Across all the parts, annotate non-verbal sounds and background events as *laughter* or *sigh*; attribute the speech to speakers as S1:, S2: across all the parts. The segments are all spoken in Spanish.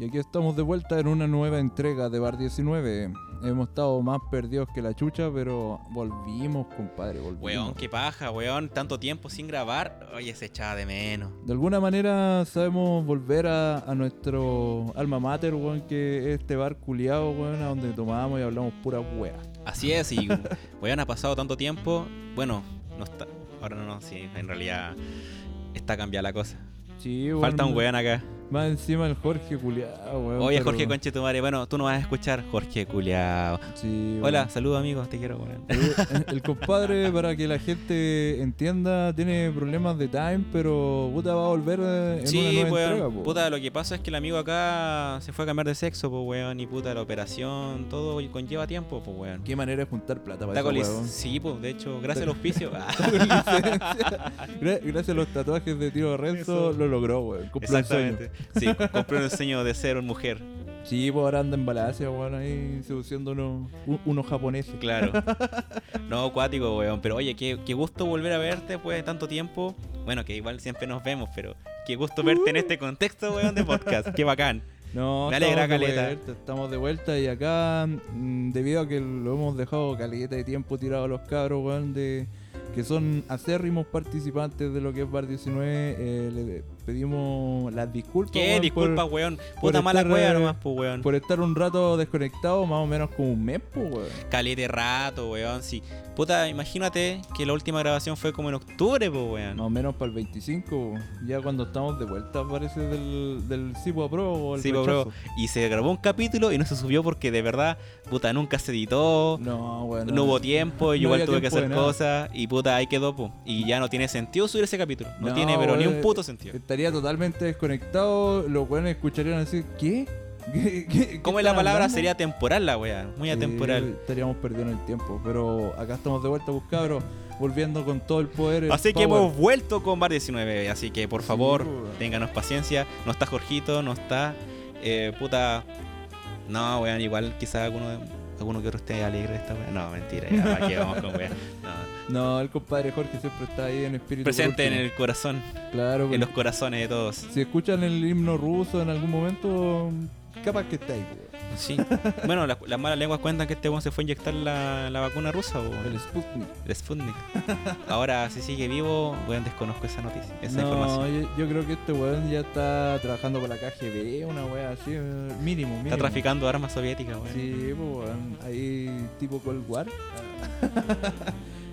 S1: Y aquí estamos de vuelta en una nueva entrega de Bar 19. Hemos estado más perdidos que la chucha, pero volvimos, compadre, volvimos.
S2: Weón, qué paja, weón. Tanto tiempo sin grabar. Oye, se echaba de menos.
S1: De alguna manera sabemos volver a, a nuestro alma mater, weón, que es este bar culiado, weón, a donde tomábamos y hablamos pura wea.
S2: Así
S1: *laughs*
S2: es, y weón, ha pasado tanto tiempo. Bueno, no está. Ahora no, no, sí, en realidad está cambiada la cosa.
S1: Sí, weón.
S2: Falta un weón acá.
S1: Más encima el Jorge culiado, weón.
S2: Oye,
S1: pero-
S2: Jorge Conchetumare, bueno, tú no vas a escuchar, Jorge Culeado.
S1: Sí,
S2: Hola,
S1: weón.
S2: saludos amigos, te quiero, weón.
S1: Eh, El compadre, *laughs* para que la gente entienda, tiene problemas de time, pero puta va a volver eh, en una
S2: Sí,
S1: nueva
S2: weón.
S1: entrega, po.
S2: puta, lo que pasa es que el amigo acá se fue a cambiar de sexo, pues, weón. Y puta, la operación, todo conlleva tiempo, pues, weón.
S1: Qué manera de juntar plata para
S2: Está con lic-
S1: eso,
S2: *laughs*
S1: weón.
S2: Sí, pues, de hecho, gracias al
S1: *laughs*
S2: auspicio. Ah,
S1: Está con licencia. Gra- Gracias a los tatuajes de Tío Renzo
S2: Eso.
S1: lo logró, weón. Cumplió un sueño.
S2: Exactamente. Sí, compré un sueño de ser una mujer.
S1: Sí, pues ahora anda en Balacia, weón, ahí seduciendo unos, u- unos japoneses.
S2: Claro. No, acuático, weón. Pero oye, qué, qué gusto volver a verte después de tanto tiempo. Bueno, que igual siempre nos vemos, pero qué gusto verte en
S1: Uh.
S2: este contexto, weón, de podcast.
S1: *laughs*
S2: Qué bacán.
S1: No,
S2: Me alegra,
S1: estamos de
S2: caleta.
S1: vuelta, estamos de vuelta y acá, mm, debido a que lo hemos dejado caleta de tiempo tirado a los cabros, weón, de, que son acérrimos participantes de lo que es Bar 19, eh, le pedimos las disculpas.
S2: Qué
S1: weón, por-
S2: disculpa, weón.
S1: por
S2: Puta mala
S1: estar,
S2: cueva
S1: eh,
S2: nomás, pues, weón.
S1: por, estar un rato desconectado, más o menos como un mes, pues, weón.
S2: Calete rato, weón. Sí. Puta, imagínate que la última grabación fue como en octubre, pues, weón.
S1: Más o menos para el 25, ya cuando estamos de vuelta, parece del, del Cipo Pro o el
S2: Sí, pues, bro.
S1: rechazo.
S2: Y se grabó un capítulo y no se subió porque de verdad, puta, nunca se editó.
S1: No, bueno.
S2: No hubo tiempo,
S1: No
S2: yo igual
S1: había
S2: tuve que
S1: tiempo de
S2: hacer
S1: nada.
S2: cosas y puta, ahí quedó, po. Y ya no tiene sentido subir ese capítulo. No, tiene, pero ni un
S1: weón,
S2: puto sentido.
S1: Estaría totalmente desconectado. Los buenos escucharían decir, ¿qué? *laughs* ¿Qué, qué-
S2: ¿Cómo
S1: qué
S2: es la
S1: están
S2: palabra?
S1: hablando?"
S2: Sería temporal la wea, muy
S1: Sí,
S2: atemporal.
S1: Estaríamos perdiendo el tiempo. Pero acá estamos de vuelta, buscabros. Volviendo con todo el poder. el
S2: Así que
S1: eh, power.
S2: hemos vuelto con Bar 19, así que por
S1: Sí,
S2: favor,
S1: weón.
S2: ténganos paciencia. No está Jorgito, no está. eh, puta. No, weón, igual quizás alguno, de- alguno que otro esté alegre de esta wea. No, mentira, ya, aquí vamos con wea.
S1: *laughs*
S2: No.
S1: No, el compadre Jorge siempre está ahí en espíritu. por
S2: Presente en
S1: último.
S2: el corazón,
S1: Claro,
S2: en los corazones de todos.
S1: si escuchan el himno ruso en algún momento, capaz que está ahí. pues,
S2: Sí. Bueno, la- las malas lenguas cuentan que este weón se fue a inyectar la, la vacuna rusa, po,
S1: po.
S2: weón.
S1: El Sputnik.
S2: el Sputnik. Ahora, si sigue vivo, weón, desconozco esa noticia, esa
S1: no,
S2: información.
S1: yo, yo creo que este weón ya está trabajando con la KGB, una wea así, eh, mínimo, mínimo.
S2: Está traficando armas soviéticas, weón.
S1: Sí, pues, weón, ahí tipo Cold War. *laughs*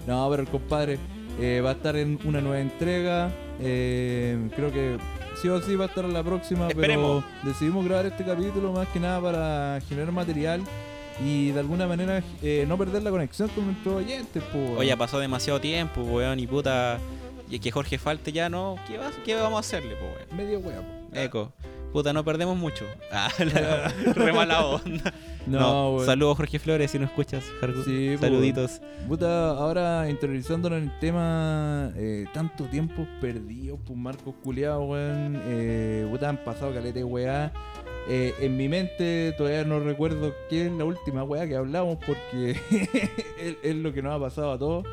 S1: no, pero el compadre eh, va a estar en una nueva entrega. eh, creo que sí o sí va a estar en la próxima,
S2: Esperemos.
S1: pero decidimos grabar este capítulo más que nada para generar material y de alguna manera eh, no perder la conexión con nuestros oyentes. Pues, weón.
S2: Oye, pasó demasiado tiempo, weón, y puta. Y que Jorge falte ya, no. ¿Qué, va- qué vamos a hacerle, po, weón?
S1: medio weón.
S2: Eco. Puta, no perdemos mucho. *laughs* Ah, la- re mala onda.
S1: *laughs* No, weón.
S2: Saludos, Jorge Flores, si no escuchas, Jargu.
S1: Sí, po,
S2: Saluditos.
S1: Puta, ahora interiorizándonos en el tema, eh, tanto tiempo perdido, pues Marcos Culeado, weón. Eh, puta, han pasado caleta de weá. Eh, en mi mente todavía no recuerdo qué es la última weá que hablamos porque *laughs* es, es lo que nos ha pasado a todos.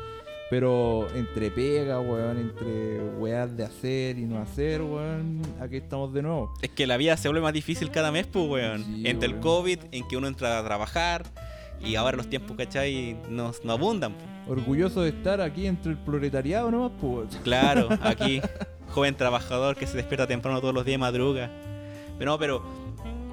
S1: Pero entre pega, weón, entre weas de hacer y no hacer, weón, aquí estamos de nuevo.
S2: Es que la vida se vuelve más difícil cada mes, pues, weón.
S1: Sí,
S2: Entre
S1: weón.
S2: el COVID, en que uno entra a trabajar, y ahora los tiempos, ¿cachai? Nos, no abundan. pues. po.
S1: Orgulloso de estar aquí entre el proletariado nomás, pues.
S2: Claro,
S1: *laughs*
S2: aquí, joven trabajador que se despierta temprano todos los días, madruga. Pero no, pero,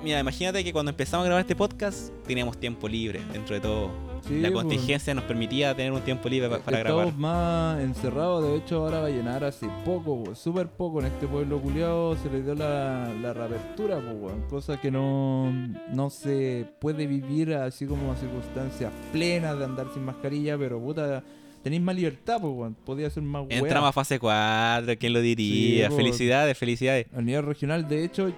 S2: mira, imagínate que cuando empezamos a grabar este podcast, teníamos tiempo libre, dentro de todo.
S1: Sí, pues.
S2: la
S1: po.
S2: contingencia nos permitía tener un tiempo libre pa- para,
S1: Estamos
S2: grabar.
S1: más encerrados, de hecho ahora va a llenar hace poco, po, súper poco en este pueblo culiado se le dio la, la reapertura, po, weón, cosa que no, no se puede vivir así como a circunstancias plenas de andar sin mascarilla, pero puta, tenéis más libertad, pues weón, podía ser más weá. pues.
S2: Entramos a fase 4, ¿quién lo diría?
S1: po.
S2: felicidades, felicidades.
S1: A nivel regional, de hecho,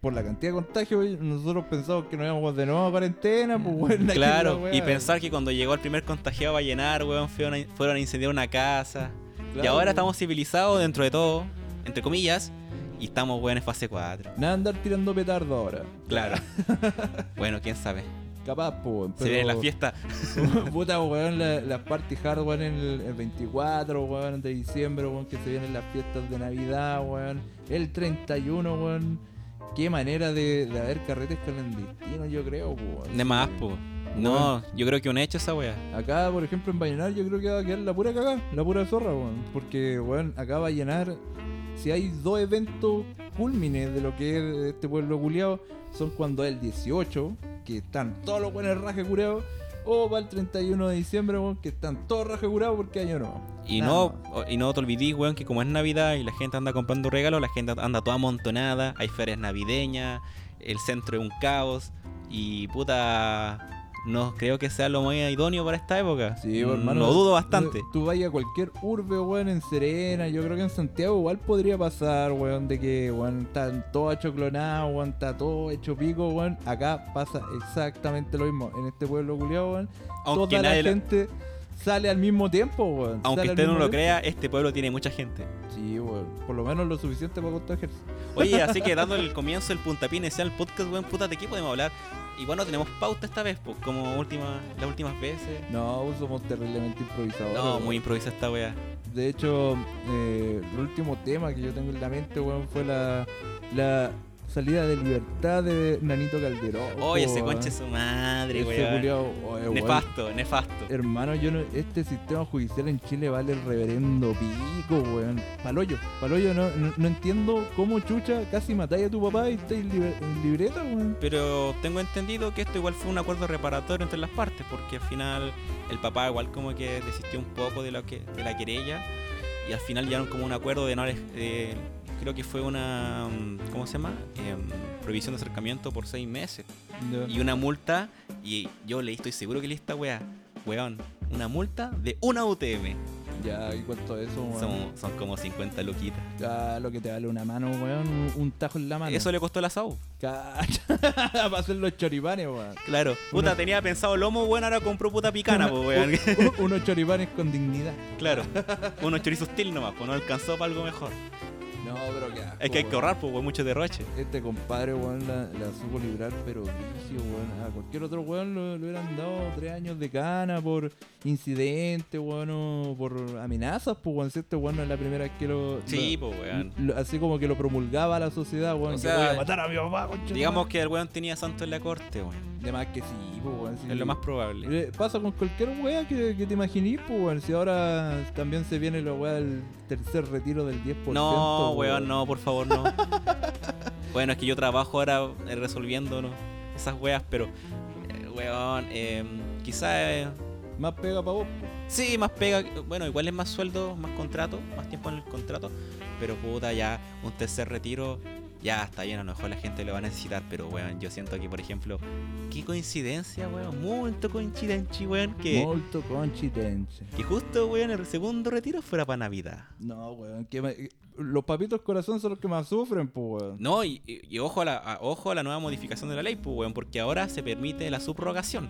S1: por la cantidad de contagios, nosotros pensamos que nos íbamos de nuevo a cuarentena, pues *laughs* weón, aquí la
S2: Claro,
S1: weá.
S2: y pensar que cuando llegó el primer contagiado a llenar, weón, fueron a, fueron a incendiar una casa. y
S1: Claro,
S2: ahora
S1: po.
S2: estamos civilizados dentro de todo, entre comillas, y estamos, weón, en fase 4.
S1: Nada de andar tirando petardo ahora,
S2: Claro. bueno, quién sabe.
S1: capaz, pues weón,
S2: Se viene la
S1: pero-
S2: fiesta.
S1: *laughs* Puta, weón, la- las party hard, weón, el, el 24, weón, de diciembre, weón, que se vienen las fiestas de Navidad, weón, el 31, weón. Qué manera de, de haber carretes clandestinos, yo creo, po, weón.
S2: De más, po. No, yo creo que un hecho esa wea.
S1: Acá, por ejemplo, en Vallenar yo creo que va a quedar la pura cagada, la pura zorra, weón. Porque, weón, acá Vallenar, si hay dos eventos cúlmines de lo que es este pueblo culiado, son cuando es el 18, que están todos los buenos raje curados, o va el 31 de diciembre, weón, que están todos raje curados porque año no.
S2: Y
S1: Nada
S2: no,
S1: más.
S2: o- y no te olvides, weón, que como es Navidad y la gente anda comprando regalos, la gente anda toda amontonada, hay ferias navideñas, el centro es un caos y puta, no creo que sea lo más idóneo para esta época. Mm,
S1: Sí, pues, hermano. eh,
S2: Lo dudo bastante.
S1: Tú vayas a cualquier urbe, weón, en Serena. Yo creo que en Santiago igual podría pasar, weón, de que, weón, están todo achoclonado, weón, está todo hecho pico, weón. Acá pasa exactamente lo mismo. En este pueblo culiado, weón,
S2: Aunque
S1: toda
S2: nadie
S1: la
S2: lo-
S1: gente sale al mismo tiempo, weón. sale
S2: aunque
S1: al
S2: usted no
S1: mismo tiempo.
S2: lo crea, este pueblo tiene mucha gente.
S1: Sí, weón. Por lo menos lo suficiente para contagiarse.
S2: Oye, así que dando el comienzo, el puntapié inicial al podcast, weón, puta, ¿de qué podemos hablar? Igual no tenemos pauta esta vez, pues, como última, las últimas veces.
S1: No, somos terriblemente improvisadores.
S2: No,
S1: weón.
S2: muy improvisa esta wea.
S1: De hecho, eh, el último tema que yo tengo en la mente, weón, fue la, la salida de libertad de Nanito Calderón.
S2: Oye, Oh, ese
S1: weón.
S2: conche su madre,
S1: Oh, Ese
S2: weón.
S1: culiao, oye, weón.
S2: Nefasto, nefasto.
S1: Hermano, yo no, este sistema judicial en Chile vale el reverendo pico, weón. Paloyo, paloyo, no, no, no entiendo cómo chucha casi matáis a tu papá y estáis libre- en libreta, weón.
S2: Pero tengo entendido que esto igual fue un acuerdo reparatorio entre las partes, porque al final el papá igual como que desistió un poco de, lo que, de la querella y al final llegaron como un acuerdo de no... les- eh, creo que fue una... mm, ¿Cómo se llama? Em, prohibición de acercamiento por seis meses.
S1: Ya.
S2: Y una multa, y yo le estoy seguro que le esta weá, weón, una multa de una UTM.
S1: Ya, ¿y cuánto es eso, weón?
S2: Son, son como 50 loquitas.
S1: Ya, lo que te vale una mano, weón, un, un tajo en la mano.
S2: Eso le costó la SAU.
S1: Cacha, *laughs* para hacer los choripanes, weón.
S2: Claro. Puta,
S1: Una-
S2: tenía pensado lomo, weón, ahora compró
S1: *laughs*
S2: puta picana,
S1: Una-
S2: pues, weón.
S1: u- u- unos choripanes con dignidad.
S2: Claro, *laughs* unos chorizos til nomás, pues no alcanzó para algo mejor.
S1: No, pero qué asco,
S2: Es que hay que
S1: weón.
S2: ahorrar, pues, weón, mucho derroche.
S1: Este compadre, weón, la, la supo librar, pero vicio, weón. A cualquier otro weón lo- le hubieran dado tres años de cana por incidente, weón, o por amenazas, pues, weón. Si este weón no es la primera vez que lo.
S2: Sí,
S1: lo-
S2: pues, weón.
S1: lo- así como que lo promulgaba a la sociedad, weón.
S2: O
S1: que
S2: sea,
S1: voy a matar a mi papá, concha.
S2: Digamos que el weón tenía santo en la corte, weón.
S1: De más que sí, pues, weón. sí.
S2: Es lo más probable.
S1: Eh, Pasa con cualquier weá que, que te imaginís, pues, weón. Si ahora también se viene la weá del tercer retiro del 10%.
S2: No, weón, no, por favor, no. bueno, es que yo trabajo ahora eh, resolviendo ¿no? esas weas, pero, eh, weón, eh, quizá... eh,
S1: Más pega para vos, pues. po.
S2: Sí, más pega, bueno, igual es más sueldo, más contrato, más tiempo en el contrato, pero puta, ya un tercer retiro, ya está bien, a lo mejor la gente lo va a necesitar, pero weón, yo siento que, por ejemplo, qué coincidencia, weón, mucho coincidencia, weón, que,
S1: Molto coincidencia.
S2: que justo, weón, el segundo retiro fuera para Navidad.
S1: No, weón. que me- eh, Los papitos corazón son los que más sufren, pues, weón.
S2: No, y, y- y ojo, a la, a- ojo a la nueva modificación de la ley, pues, weón, porque ahora se permite la subrogación.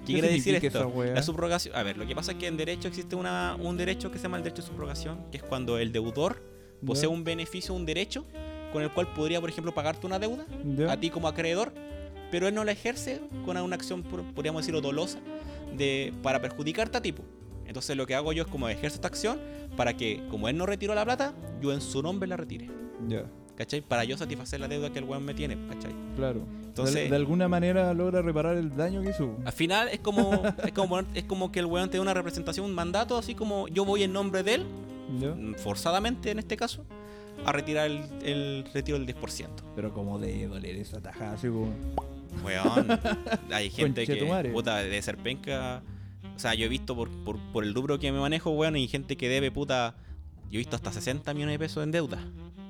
S2: ¿Qué,
S1: ¿Qué
S2: quiere decir
S1: significa esa
S2: esto?
S1: weá?
S2: La subrogación. A ver, lo que pasa es que en derecho existe una, un derecho que se llama el derecho de subrogación, que es cuando el deudor posee
S1: Ya,
S2: un beneficio, un derecho, con el cual podría, por ejemplo, pagarte una deuda
S1: ya.
S2: a ti como acreedor, pero él no la ejerce con una acción, por- podríamos decirlo, dolosa, de, para perjudicarte a ti. po. Entonces lo que hago yo es como ejerzo esta acción para que, como él no retiró la plata, yo en su nombre la retire.
S1: Ya,
S2: ¿Cachai? Para yo satisfacer la deuda que el weón me tiene, ¿cachai?
S1: claro.
S2: Entonces- Ah,
S1: de, de alguna manera logra reparar el daño que hizo.
S2: Al final es
S1: *laughs*
S2: como, es como, es como que el weón te da una representación, un mandato, así como yo voy en nombre de él,
S1: Ya.
S2: forzadamente en este caso, a retirar el, el retiro del 10%.
S1: Pero como de doler esa tajada, así como.
S2: Weón,
S1: *laughs*
S2: hay gente que
S1: Conchetumare.
S2: puta de ser penca. O sea, yo he visto por, por, por el rubro que me manejo, weón, hay gente que debe puta. Yo he visto hasta 60 millones de pesos en deuda.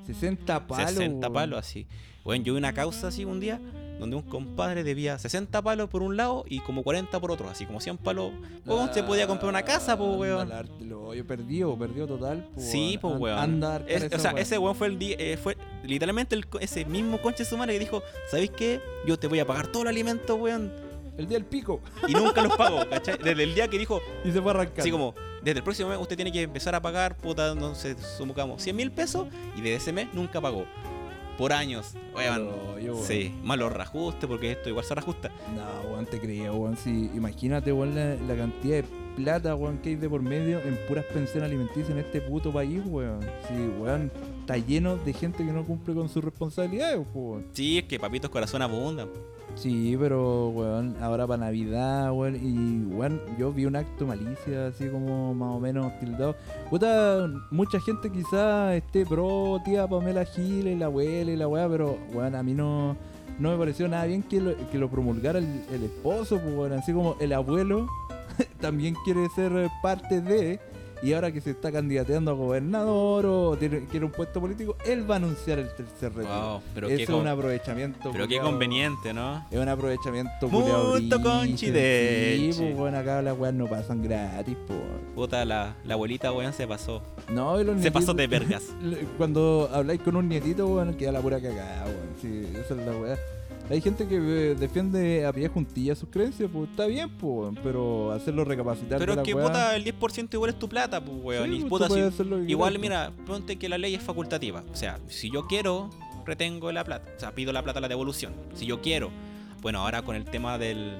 S1: 60 palos.
S2: 60
S1: weón.
S2: palos así. Bueno, yo vi una causa así un día donde un compadre debía 60 palos por un lado y como 40 por otro, así como 100 palos. Weón, se podía comprar una casa, pues,
S1: Ah, Anda,
S2: weón.
S1: la arte- Lo yo perdido, perdido total. po,
S2: Sí, pues,
S1: An-
S2: weón.
S1: Anda, a arcar
S2: Es-
S1: esa
S2: o sea,
S1: weá.
S2: ese weón fue el di- eh, fue literalmente el co- ese mismo conche de su madre que dijo, ¿sabéis qué? Yo te voy a pagar todo el alimento, weón.
S1: El día del pico. *laughs*
S2: Y nunca los pago, ¿cachai? Desde el día que dijo,
S1: Y se fue a arrancar.
S2: así como, desde el próximo mes usted tiene que empezar a pagar, puta, no sé, sumamos 100 mil pesos y desde ese mes nunca pagó. Por años, weón.
S1: Pero yo, weón.
S2: Sí, malos reajustes, porque esto igual se reajusta.
S1: No, weón, te creía, weón. Sí, imagínate, weón, la, la cantidad de plata, weón, que hay de por medio en puras pensiones alimenticias en este puto país, weón. Sí, weón. está lleno de gente que no cumple con sus responsabilidades, pues, weón.
S2: Sí, es que papitos corazón abundan.
S1: Sí, pero, weón, ahora para Navidad, weón, y, weón, yo vi un acto de malicia, así como más o menos tildado. Puta, mucha gente quizás esté pro, tía Pamela Gil, y la abuela y la weá, pero, weón, a mí no, no me pareció nada bien que lo, que lo promulgara el, el esposo, pues, weón, así como el abuelo *laughs* también quiere ser parte de, y ahora que se está candidateando a gobernador o tiene- quiere un puesto político, él va a anunciar el tercer retiro.
S2: Wow, pero
S1: Eso
S2: qué,
S1: es
S2: con-
S1: un aprovechamiento.
S2: pero qué
S1: culiao.
S2: conveniente, ¿no?
S1: Es un aprovechamiento
S2: Mucho
S1: culiao
S2: conchide.
S1: brígido. Sí, pues bueno, acá las weas no pasan gratis, pues.
S2: Puta, la, la abuelita, weón, se pasó.
S1: No, y los
S2: Se
S1: nietitos-
S2: pasó
S1: *laughs*
S2: de vergas.
S1: Cuando habláis con un nietito, bueno, queda la pura cagada, weón. Sí, esa es la wea. Hay gente que eh, defiende a pie juntillas sus creencias, pues está bien, pues, weón, pero hacerlo recapacitar de
S2: Pero es
S1: la
S2: que,
S1: wea-
S2: puta, el 10% igual es tu plata, pues,
S1: Sí,
S2: weón. y,
S1: pues, tú
S2: puta, si-
S1: puedes hacer lo que
S2: igual,
S1: quieras,
S2: mira, ponte que la ley es facultativa. O sea, si yo quiero, retengo la plata. O sea, pido la plata a la devolución. Si yo quiero. Bueno, ahora con el tema del.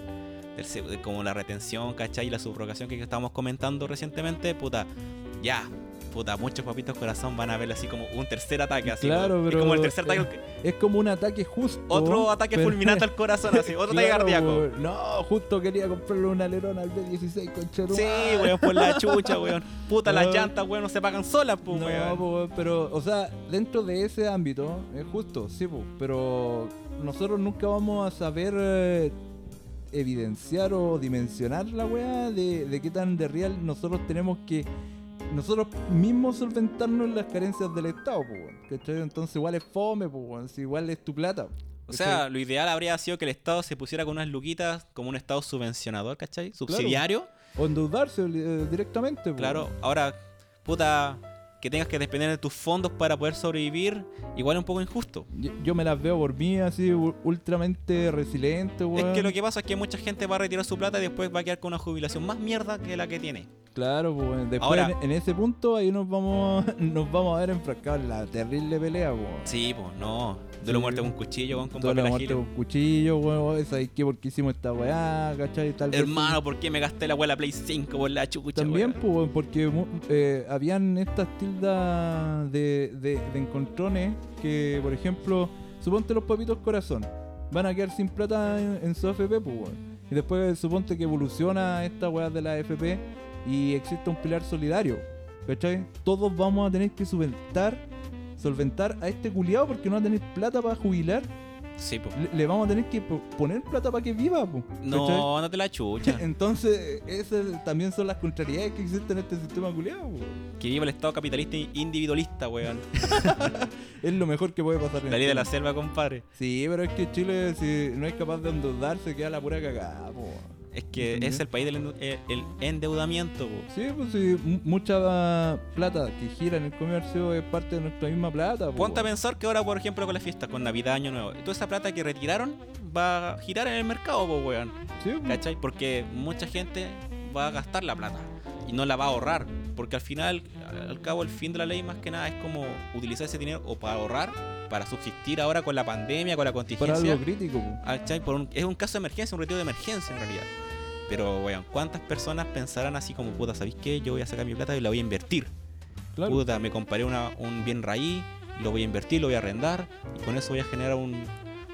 S2: del se- de como la retención, ¿cachai? Y la subrogación que estábamos comentando recientemente, puta, ya. Puta, muchos papitos corazón van a ver así como un tercer ataque, así.
S1: Claro,
S2: como- es
S1: pero-
S2: como el tercer ataque.
S1: pues. Es como un ataque justo.
S2: Otro ataque
S1: pero- *laughs*
S2: fulminante al corazón, así. Otro ataque
S1: Claro,
S2: cardíaco.
S1: weón. No, justo quería comprarle un alerón al B16 con
S2: Sí, weón, por la chucha, weón. Puta,
S1: No.
S2: las llantas, weón, no se pagan solas, pues,
S1: No,
S2: weón.
S1: po, weón, pero, o sea, dentro de ese ámbito, es justo, sí, po, pero nosotros nunca vamos a saber eh, evidenciar o dimensionar la weá de, de qué tan de real nosotros tenemos que nosotros mismos solventarnos las carencias del Estado, po, weón, ¿cachai? Entonces igual es fome, po, weón, si igual es tu plata.
S2: O
S1: ¿cachai?
S2: sea, lo ideal habría sido que el Estado se pusiera con unas luquitas como un Estado subvencionador, ¿cachai? Subsidiario.
S1: o endeudarse eh, directamente, po,
S2: Claro. Ahora, puta, que tengas que depender de tus fondos para poder sobrevivir, igual es un poco injusto.
S1: Yo, yo me las veo por mí así, u- ultramente resiliente, weón.
S2: Es que lo que pasa es que mucha gente va a retirar su plata y después va a quedar con una jubilación más mierda que la que tiene.
S1: Claro, pues bueno, después
S2: Ahora-
S1: en, en ese punto ahí nos vamos nos vamos a *laughs* ver enfrascados en la terrible pelea, pues.
S2: Sí, pues no. Duelo
S1: Sí.
S2: muerte con un cuchillo, weón, con
S1: Toda la
S2: papel
S1: muerte
S2: ajilio.
S1: con cuchillo, weón, ¿sabes qué? Porque hicimos esta weá, ¿cachai? Tal vez-
S2: Hermano, ¿por qué me gasté la abuela Play 5 por la chucha?
S1: También,
S2: weón?
S1: pues, weón, porque mu- eh, habían estas tildas de, de, de encontrones que, por ejemplo, suponte los papitos corazón, van a quedar sin plata en, en su AFP, pues, weón. Y después suponte que evoluciona esta weá de la AFP y existe un pilar solidario, ¿cachai? Todos vamos a tener que solventar, solventar a este culiado porque no va a tener plata para jubilar,
S2: Sí, pues.
S1: le, le vamos a tener que po- poner plata para que viva, pues. ¿cachai?
S2: No, andate
S1: *laughs*
S2: la chucha.
S1: Entonces, esas también son las contrariedades que existen en este sistema culiado.
S2: que viva el Estado capitalista e
S1: *laughs*
S2: individualista, weón.
S1: Es lo mejor que puede pasar. en
S2: La ley de la
S1: Chile.
S2: selva, compadre.
S1: Sí, pero es que Chile, si no es capaz de endeudarse, queda la pura cagada, po.
S2: Es que
S1: ¿Entendí?
S2: es el país del endu- eh, el- el endeudamiento, po.
S1: Sí, pues sí, mu- mucha plata que gira en el comercio es parte de nuestra misma plata, po.
S2: Ponte a pensar que ahora, por ejemplo, con las fiestas, con Navidad, Año Nuevo, toda esa plata que retiraron va a girar en el mercado, po, weón.
S1: Sí, po.
S2: ¿Cachai? Porque mucha gente va a gastar la plata y no la va a ahorrar. Porque al final, al al cabo, el fin de la ley más que nada es como utilizar ese dinero o para ahorrar, para subsistir ahora con la pandemia, con la
S1: Para algo
S2: contingencia.
S1: crítico, po.
S2: ¿Cachai? Por un- es un caso de emergencia, un retiro de emergencia en realidad. Pero, weón, ¿cuántas personas pensarán así como, puta, ¿sabéis qué? Yo voy a sacar mi plata y la voy a invertir.
S1: Claro.
S2: Puta, me compré una- un bien raíz, lo voy a invertir, lo voy a arrendar y con eso voy a generar un,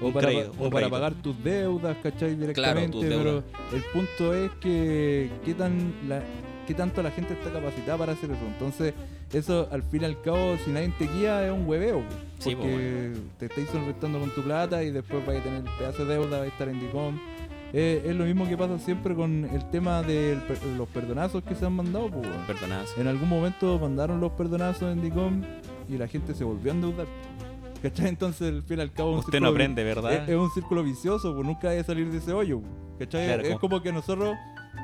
S1: O
S2: un
S1: para,
S2: crédito,
S1: o
S2: un
S1: para
S2: rédito.
S1: pagar tus deudas, ¿cachai? Directamente.
S2: tus deudas.
S1: Pero el punto es que qué tan la, qué tanto la gente está capacitada para hacer eso. Entonces, eso al fin y al cabo, si nadie te guía, es un hueveo. po.
S2: Sí, po,
S1: porque te estáis solventando con tu plata y después vas a tener pedazo de deuda, vas a estar en DICOM. Eh, es lo mismo que pasa siempre con el tema de los perdonazos que se han mandado. po, weón.
S2: Perdonad.
S1: En algún momento mandaron los perdonazos en DICOM y la gente se volvió a endeudar. ¿Cachai? Entonces, al fin y al cabo, un
S2: Usted
S1: círculo
S2: no
S1: vi-
S2: aprende,
S1: es,
S2: ¿verdad?
S1: es un círculo vicioso, pues nunca debe salir de ese hoyo. pues, ¿Cachai?
S2: Claro,
S1: es
S2: como-
S1: como que nosotros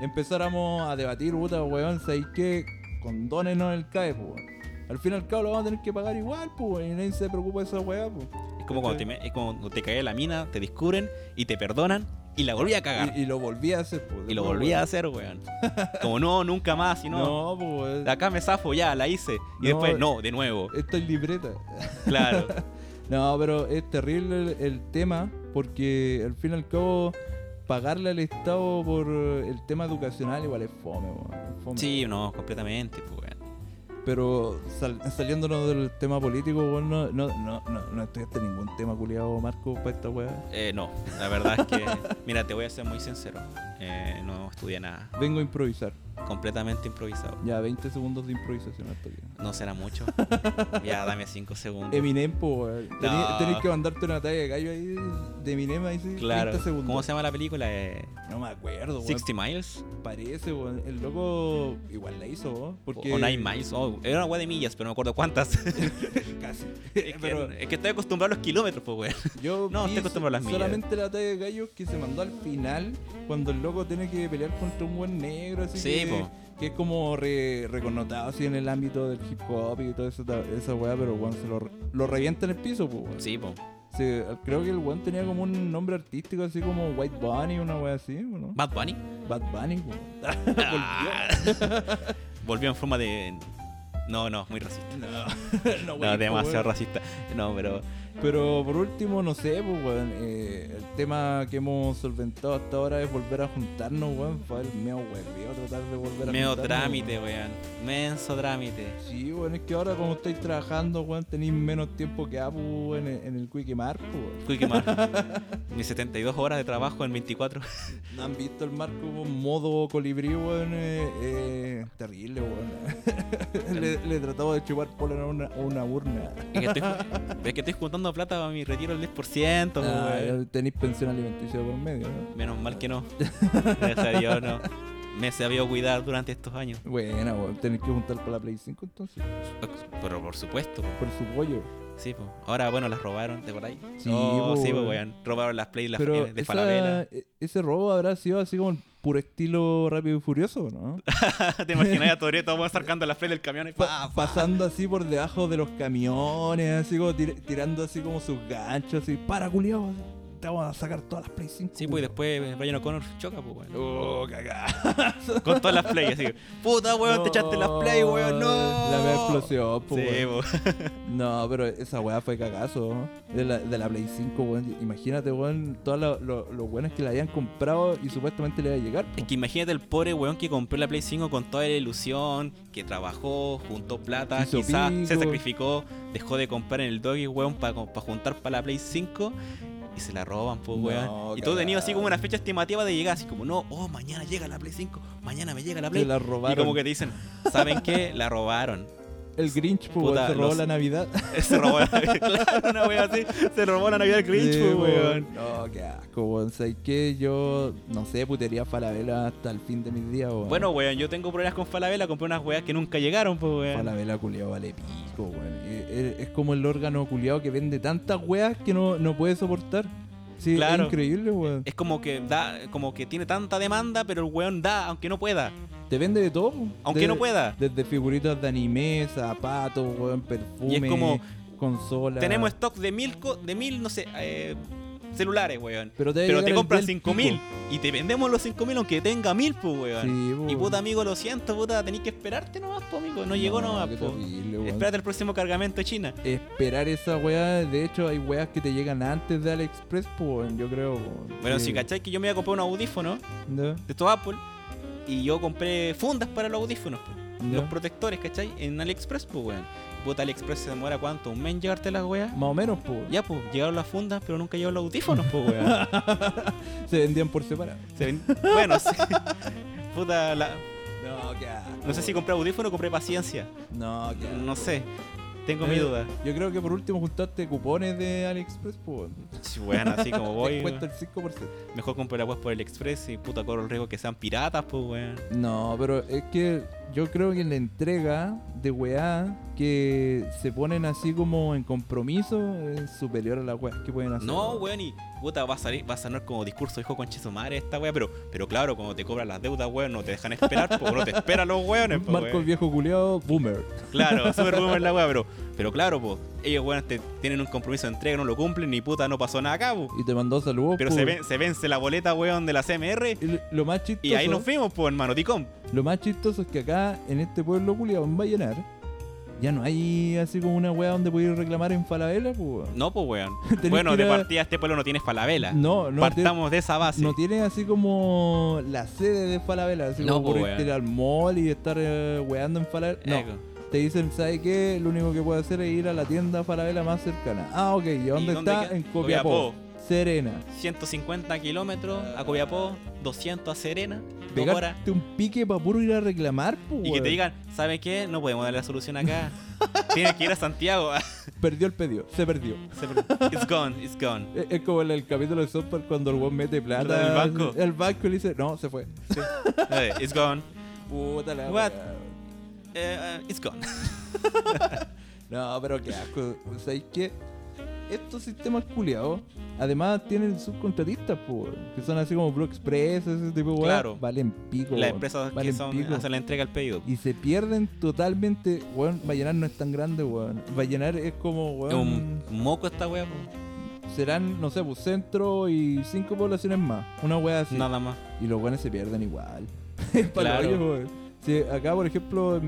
S1: empezáramos a debatir, puta weón, ¿sabéis qué? Condónenos el CAE, pues. weón. Al fin y al cabo lo vamos a tener que pagar igual, pues, weón, y nadie se preocupa de esa weá, pues.
S2: Es como cuando te, me- es como cuando te cae la mina, te descubren y te perdonan y la volví a cagar.
S1: Y, y lo volví a hacer, pues.
S2: Y,
S1: de
S2: lo
S1: nuevo,
S2: volví a hacer,
S1: *laughs*
S2: weón. Como no, nunca más, y
S1: weón.
S2: no.
S1: No, pues, weón,
S2: de Acá me zafo, ya, la hice.
S1: No, eh,
S2: Y después, no, de
S1: *laughs*
S2: nuevo.
S1: esto es libreta.
S2: Claro.
S1: No, pero es terrible el, el tema, porque al fin y al cabo, pagarle al Estado por el tema educacional igual es fome, weón, es fome.
S2: Sí, no, completamente, pues, weón.
S1: Pero sal- saliéndonos del tema político, weón, no, no, no, no, no estudiaste ningún tema culiado, Marco, para esta weá.
S2: Eh, no, la verdad
S1: *laughs*
S2: es que, mira, te voy a ser muy sincero. Eh, no estudié nada,
S1: Vengo a improvisar.
S2: completamente improvisado.
S1: Ya, 20 segundos de improvisación hasta aquí.
S2: No
S1: *laughs*
S2: será mucho. ya, dame 5 segundos.
S1: Eminem, po, weón. Tení-
S2: No.
S1: Tenés que mandarte una talla de gallo ahí de Eminem, ahí sí,
S2: claro.
S1: 30 segundos.
S2: ¿Cómo se llama la película? Eh,
S1: No me acuerdo, weón.
S2: 60 Miles
S1: Parece, weón. El loco igual la hizo, weón. Porque...
S2: o 9 Miles. Oh, era una weá de millas, pero no me acuerdo
S1: *laughs*
S2: cuántas.
S1: Casi.
S2: es, que,
S1: *laughs* Pero
S2: es que estoy acostumbrado a los kilómetros, pues, weón.
S1: yo
S2: no,
S1: vi
S2: estoy acostumbrado a las millas.
S1: solamente la talla de gallo que se mandó al final cuando el loco tiene que pelear contra un buen negro, así
S2: Sí,
S1: que, que es como re- reconotado así en el ámbito del hip hop y toda esa, esa weá, pero weón se lo, lo revienta en el piso, pues, weón.
S2: Sí, po.
S1: Sí, creo que el weón tenía como un nombre artístico así como White Bunny, una weá así, ¿o ¿no?
S2: Bad
S1: *laughs*
S2: Bunny.
S1: Bad Bunny,
S2: *laughs*
S1: weón.
S2: Ah. *laughs* Volvió en forma de. No, no, muy racista.
S1: No, *laughs* no,
S2: No,
S1: weón,
S2: demasiado
S1: weón.
S2: racista. No, pero.
S1: Pero por último, no sé, pues, weón, eh, el tema que hemos solventado hasta ahora es volver a juntarnos, weón. Fue el medio hueveo tratar de volver a
S2: Medio
S1: juntarnos, weón.
S2: trámite, weón. Menso trámite.
S1: Sí, weón, es que ahora como estáis trabajando, weón, tenéis menos tiempo que Apu en el, en el Quick Mar, pues, weón.
S2: Uy, qué mal.
S1: *laughs*
S2: Mis 72 horas de trabajo en 24.
S1: ¿No ¿Han visto el marco weón, modo colibrí, weón? Eh, eh, terrible, weón. *laughs* le, le trataba de chupar polen a una, a una urna.
S2: Es que estoy, es que estoy juntando plata para mi retiro del 10%.
S1: Ah,
S2: weón.
S1: tenéis pensión alimenticia por medio, ¿no?
S2: Menos mal que *laughs* no. Gracias a Dios, no. Me sabía cuidar durante estos años.
S1: Buena, weón, tenéis que juntar para la Play 5 entonces,
S2: Pero por supuesto, po.
S1: por su pollo.
S2: sí, po. Ahora, bueno, las robaron, ¿te acordáis?
S1: Sí,
S2: Oh,
S1: po,
S2: sí, po,
S1: weón.
S2: weón. Robaron las play las,
S1: Pero
S2: eh, de
S1: esa-
S2: Falabella.
S1: *laughs* e- ese robo habrá sido así como el puro estilo rápido y furioso,
S2: *laughs*
S1: ¿no?
S2: Ah, ¿Te imaginas a Toreto vamos sacando las play del camión y pa,
S1: Pa- pasando así por debajo de los camiones, así como tir- tirando así como sus ganchos, así, para culiao, te vamos a sacar todas las Play 5.
S2: Sí, pues y después eh, Brian O'Connor choca, pues, weón.
S1: Oh, cagá.
S2: Con todas las play, así. Puta, weón, te echaste las play, weón, no.
S1: La wea explosión, po,
S2: Sí,
S1: weón.
S2: po.
S1: No, pero esa weá fue cagazo. ¿no? De la, de la Play 5, weón. Imagínate, weón, todos los buenos que la habían comprado y supuestamente le iba a llegar. po.
S2: Es que imagínate el pobre weón que compró la Play 5 con toda la ilusión, que trabajó, juntó plata,
S1: Hizo
S2: quizás se
S1: pico.
S2: sacrificó, dejó de comprar en el doggy, weón, para juntar para la Play 5 y se la roban, pues,
S1: No,
S2: weón. y tú
S1: cagada.
S2: tenías así como una fecha estimativa de llegar, así como, no, oh, mañana llega la Play 5, mañana me llega la
S1: Se
S2: Play.
S1: la
S2: Y
S1: robaron.
S2: como que te dicen,
S1: *laughs*
S2: ¿saben qué? La robaron. *laughs*
S1: El Grinch, po,
S2: Puta,
S1: weón, se robó
S2: los-
S1: la Navidad.
S2: Se robó la *laughs* Claro, una wea así. Se robó la Navidad del *laughs* Grinch,
S1: Sí,
S2: pues,
S1: weón.
S2: weón.
S1: No, qué asco, weón. ¿Sabes qué? Yo, no sé, putería Falabella hasta el fin de mis días, weón.
S2: Bueno, weón, yo tengo problemas con Falabella, compré unas weas que nunca llegaron, pues, weón.
S1: Falabella culiao vale pico, weón. E- e- Es, como el órgano culiao que vende tantas weas que no, no puede soportar. Sí,
S2: Claro.
S1: es increíble, weón.
S2: Es como que da, como que tiene tanta demanda, pero el weón da, aunque no pueda.
S1: Te vende de todo.
S2: eh, Aunque
S1: De-
S2: no pueda.
S1: Desde figuritas de anime, zapatos, weón,
S2: Y
S1: perfume,
S2: es como,
S1: consola.
S2: tenemos stock de mil, co- de mil no sé, eh, celulares, weón.
S1: Pero te, va a
S2: Pero
S1: llegar
S2: te
S1: el
S2: compras
S1: del
S2: 5000
S1: pico.
S2: y te vendemos los 5000 aunque tenga mil, pues, weón.
S1: Sí,
S2: Y
S1: weón.
S2: puta amigo, lo siento, puta, tenés que esperarte nomás, pues, amigo. No llegó nomás,
S1: qué
S2: pues.
S1: terrible, weón.
S2: Espérate el próximo cargamento de China.
S1: esperar esa weá. De hecho, hay weas que te llegan antes de AliExpress, pues yo creo. po.
S2: Bueno,
S1: Sí.
S2: si cacháis que yo me iba a comprar unos audífonos
S1: Ya,
S2: de estos Apple y yo compré fundas para los audífonos, pues.
S1: ya.
S2: los protectores, ¿cachai? En AliExpress, pues, weón. Puta, AliExpress se demora cuánto, un mes en llegarte las weas.
S1: Más o menos, pues.
S2: Ya, pues, llegaron las fundas, pero nunca llegaron los audífonos,
S1: *laughs*
S2: pues, weón.
S1: Se vendían por separado.
S2: Se ven- Bueno, sí. *laughs* Puta, la-
S1: No, qué asco,
S2: no sé si
S1: weón.
S2: compré audífono o compré paciencia.
S1: No, qué
S2: No
S1: asco.
S2: sé. Tengo mi
S1: Eh,
S2: duda.
S1: Yo creo que por último juntaste cupones de AliExpress, pues.
S2: Sí, weón,
S1: *laughs*
S2: así como voy.
S1: Descuento
S2: weón.
S1: el 5%.
S2: Mejor compro las weas por el Express y puta, corro el riesgo que sean piratas, pues, weón.
S1: No, pero es que yo creo que en la entrega de weá que se ponen así como en compromiso es superior a las weas que pueden hacer.
S2: No, weón, y puta, va a salir, va a sonar como discurso hijo con madre esta wea, pero, pero claro, cuando te cobran las deudas, weón, no te dejan esperar, pues, no te esperan los weones, pues,
S1: Marco el
S2: weón.
S1: viejo culiao, boomer.
S2: Claro,
S1: *laughs*
S2: super boomer la weá, pero, pero claro, pues, ellos, weón, te- tienen un compromiso de entrega, no lo cumplen, ni puta, no pasó nada acá, po.
S1: Y te mandó saludos.
S2: Pero
S1: po,
S2: se,
S1: weón.
S2: ven- se vence la boleta, weón, de la CMR.
S1: Y lo- Lo más chistoso.
S2: Y ahí nos fuimos, pues, hermano, Ticom.
S1: Lo más chistoso es que acá, en este pueblo culiao, en Vallenar, ya no hay así como una wea donde puedes reclamar en Falabella, pues.
S2: No, pues, weón.
S1: *laughs* Tenés
S2: Bueno,
S1: que
S2: de
S1: ir a-
S2: partida este pueblo no tiene falabela.
S1: No, no. tiene-
S2: Partamos de esa base.
S1: No tiene así como la sede de Falabella, así
S2: No,
S1: como
S2: po,
S1: por
S2: weón.
S1: ir al mall y estar eh, weando en Falabella. No,
S2: Ego.
S1: te dicen, ¿sabes qué? Lo único que puedes hacer es ir a la tienda Falabella más cercana. Ah, ok, ¿y dónde
S2: dónde
S1: está?
S2: queda?
S1: En Copiapó.
S2: Copiapó.
S1: Serena.
S2: 150 kilómetros a Copiapó, 200 a Serena, dos horas.
S1: Pegarte un pique para puro ir a reclamar, pues.
S2: Y que te digan, ¿sabes qué? No podemos darle la
S1: *laughs*
S2: solución acá. Tienes que ir a Santiago. *laughs*
S1: Perdió el pedido, se perdió.
S2: Se pre- it's gone, it's gone.
S1: Es es como en el capítulo de Software cuando el weón mete plata
S2: Plata del banco.
S1: El banco y le dice, no, se fue.
S2: Eh, It's gone.
S1: Puta la
S2: What?
S1: wea.
S2: Eh, eh, it's gone.
S1: No, pero qué asco. ¿Sabéis qué? Estos sistemas culiados, además tienen subcontratistas, po, que son así como Blue Express, ese tipo de weá,
S2: Claro.
S1: Valen pico.
S2: Las
S1: weón.
S2: empresas que
S1: Valen
S2: son,
S1: pico.
S2: hacen la entrega al pedido.
S1: Y se pierden totalmente, weón. Vallenar no es tan grande, weón. Vallenar es como,
S2: Es
S1: weón.
S2: un moco esta wea, po.
S1: Serán, no sé, pues centro y cinco poblaciones más. Una weá así.
S2: nada más.
S1: Y los weones se pierden igual. *laughs* Es para
S2: Claro.
S1: el hoyo, weón. Sí, acá, por ejemplo,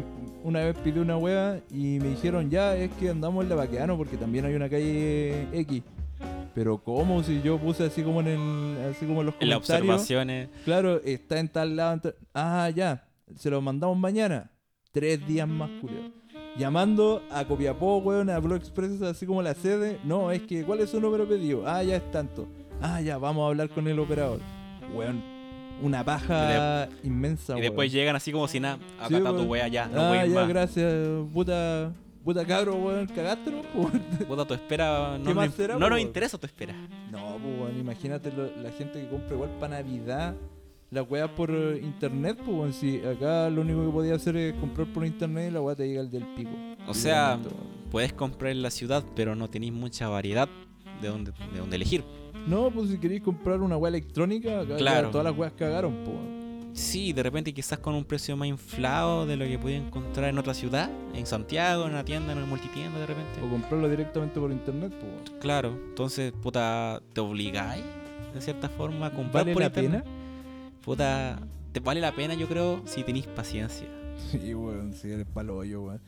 S1: una vez pide una wea y me dijeron, ya, es que andamos en la Baqueano porque también hay una calle X. Pero ¿cómo? Si yo puse así como en el, así como en los
S2: En las
S1: comentarios.
S2: observaciones.
S1: claro, está en tal lado. en tal- Ah, ya. Se lo mandamos mañana. Tres días más, curioso. Llamando a Copiapó, weón, a Blue Express, así como la sede. No, es que, ¿cuál es su número pedido? Ah, ya es tanto. Ah, ya, vamos a hablar con el operador. Weón, una paja inmensa,
S2: Y
S1: weón.
S2: después llegan así como si nada. "Ah, Acá
S1: Sí,
S2: está tu
S1: weón.
S2: wea ya, no
S1: ah,
S2: weis
S1: ya,
S2: más.
S1: gracias, puta, puta cabro, weón, cagaste, ¿no? po?
S2: Puta, tu espera no,
S1: ¿Qué más
S2: nos-
S1: será,
S2: no
S1: po?
S2: nos interesa tu espera.
S1: No, pues, weón, imagínate lo- la gente que compra igual para Navidad la weá por eh, internet, pues, weón. Si acá lo único que podía hacer es comprar por internet y la weá te llega el del pico.
S2: O sea,
S1: Literalmente, weón.
S2: puedes comprar en la ciudad, pero no tenéis mucha variedad de dónde de dónde elegir.
S1: No, pues si queréis comprar una weá electrónica, acá ya
S2: Claro.
S1: todas las weas cagaron, pues. weón.
S2: Sí, de repente quizás con un precio más inflado de lo que podía encontrar en otra ciudad, en Santiago, en una tienda, en una multitienda de repente.
S1: O comprarlo directamente por internet, pues. weón.
S2: Claro, entonces, puta, te obligáis de cierta forma a comprar
S1: ¿Vale
S2: por
S1: la
S2: internet.
S1: pena? *laughs*
S2: Puta, te vale la pena, yo creo, si tenéis paciencia.
S1: Sí, weón, sí, eres palo hoyo, weón.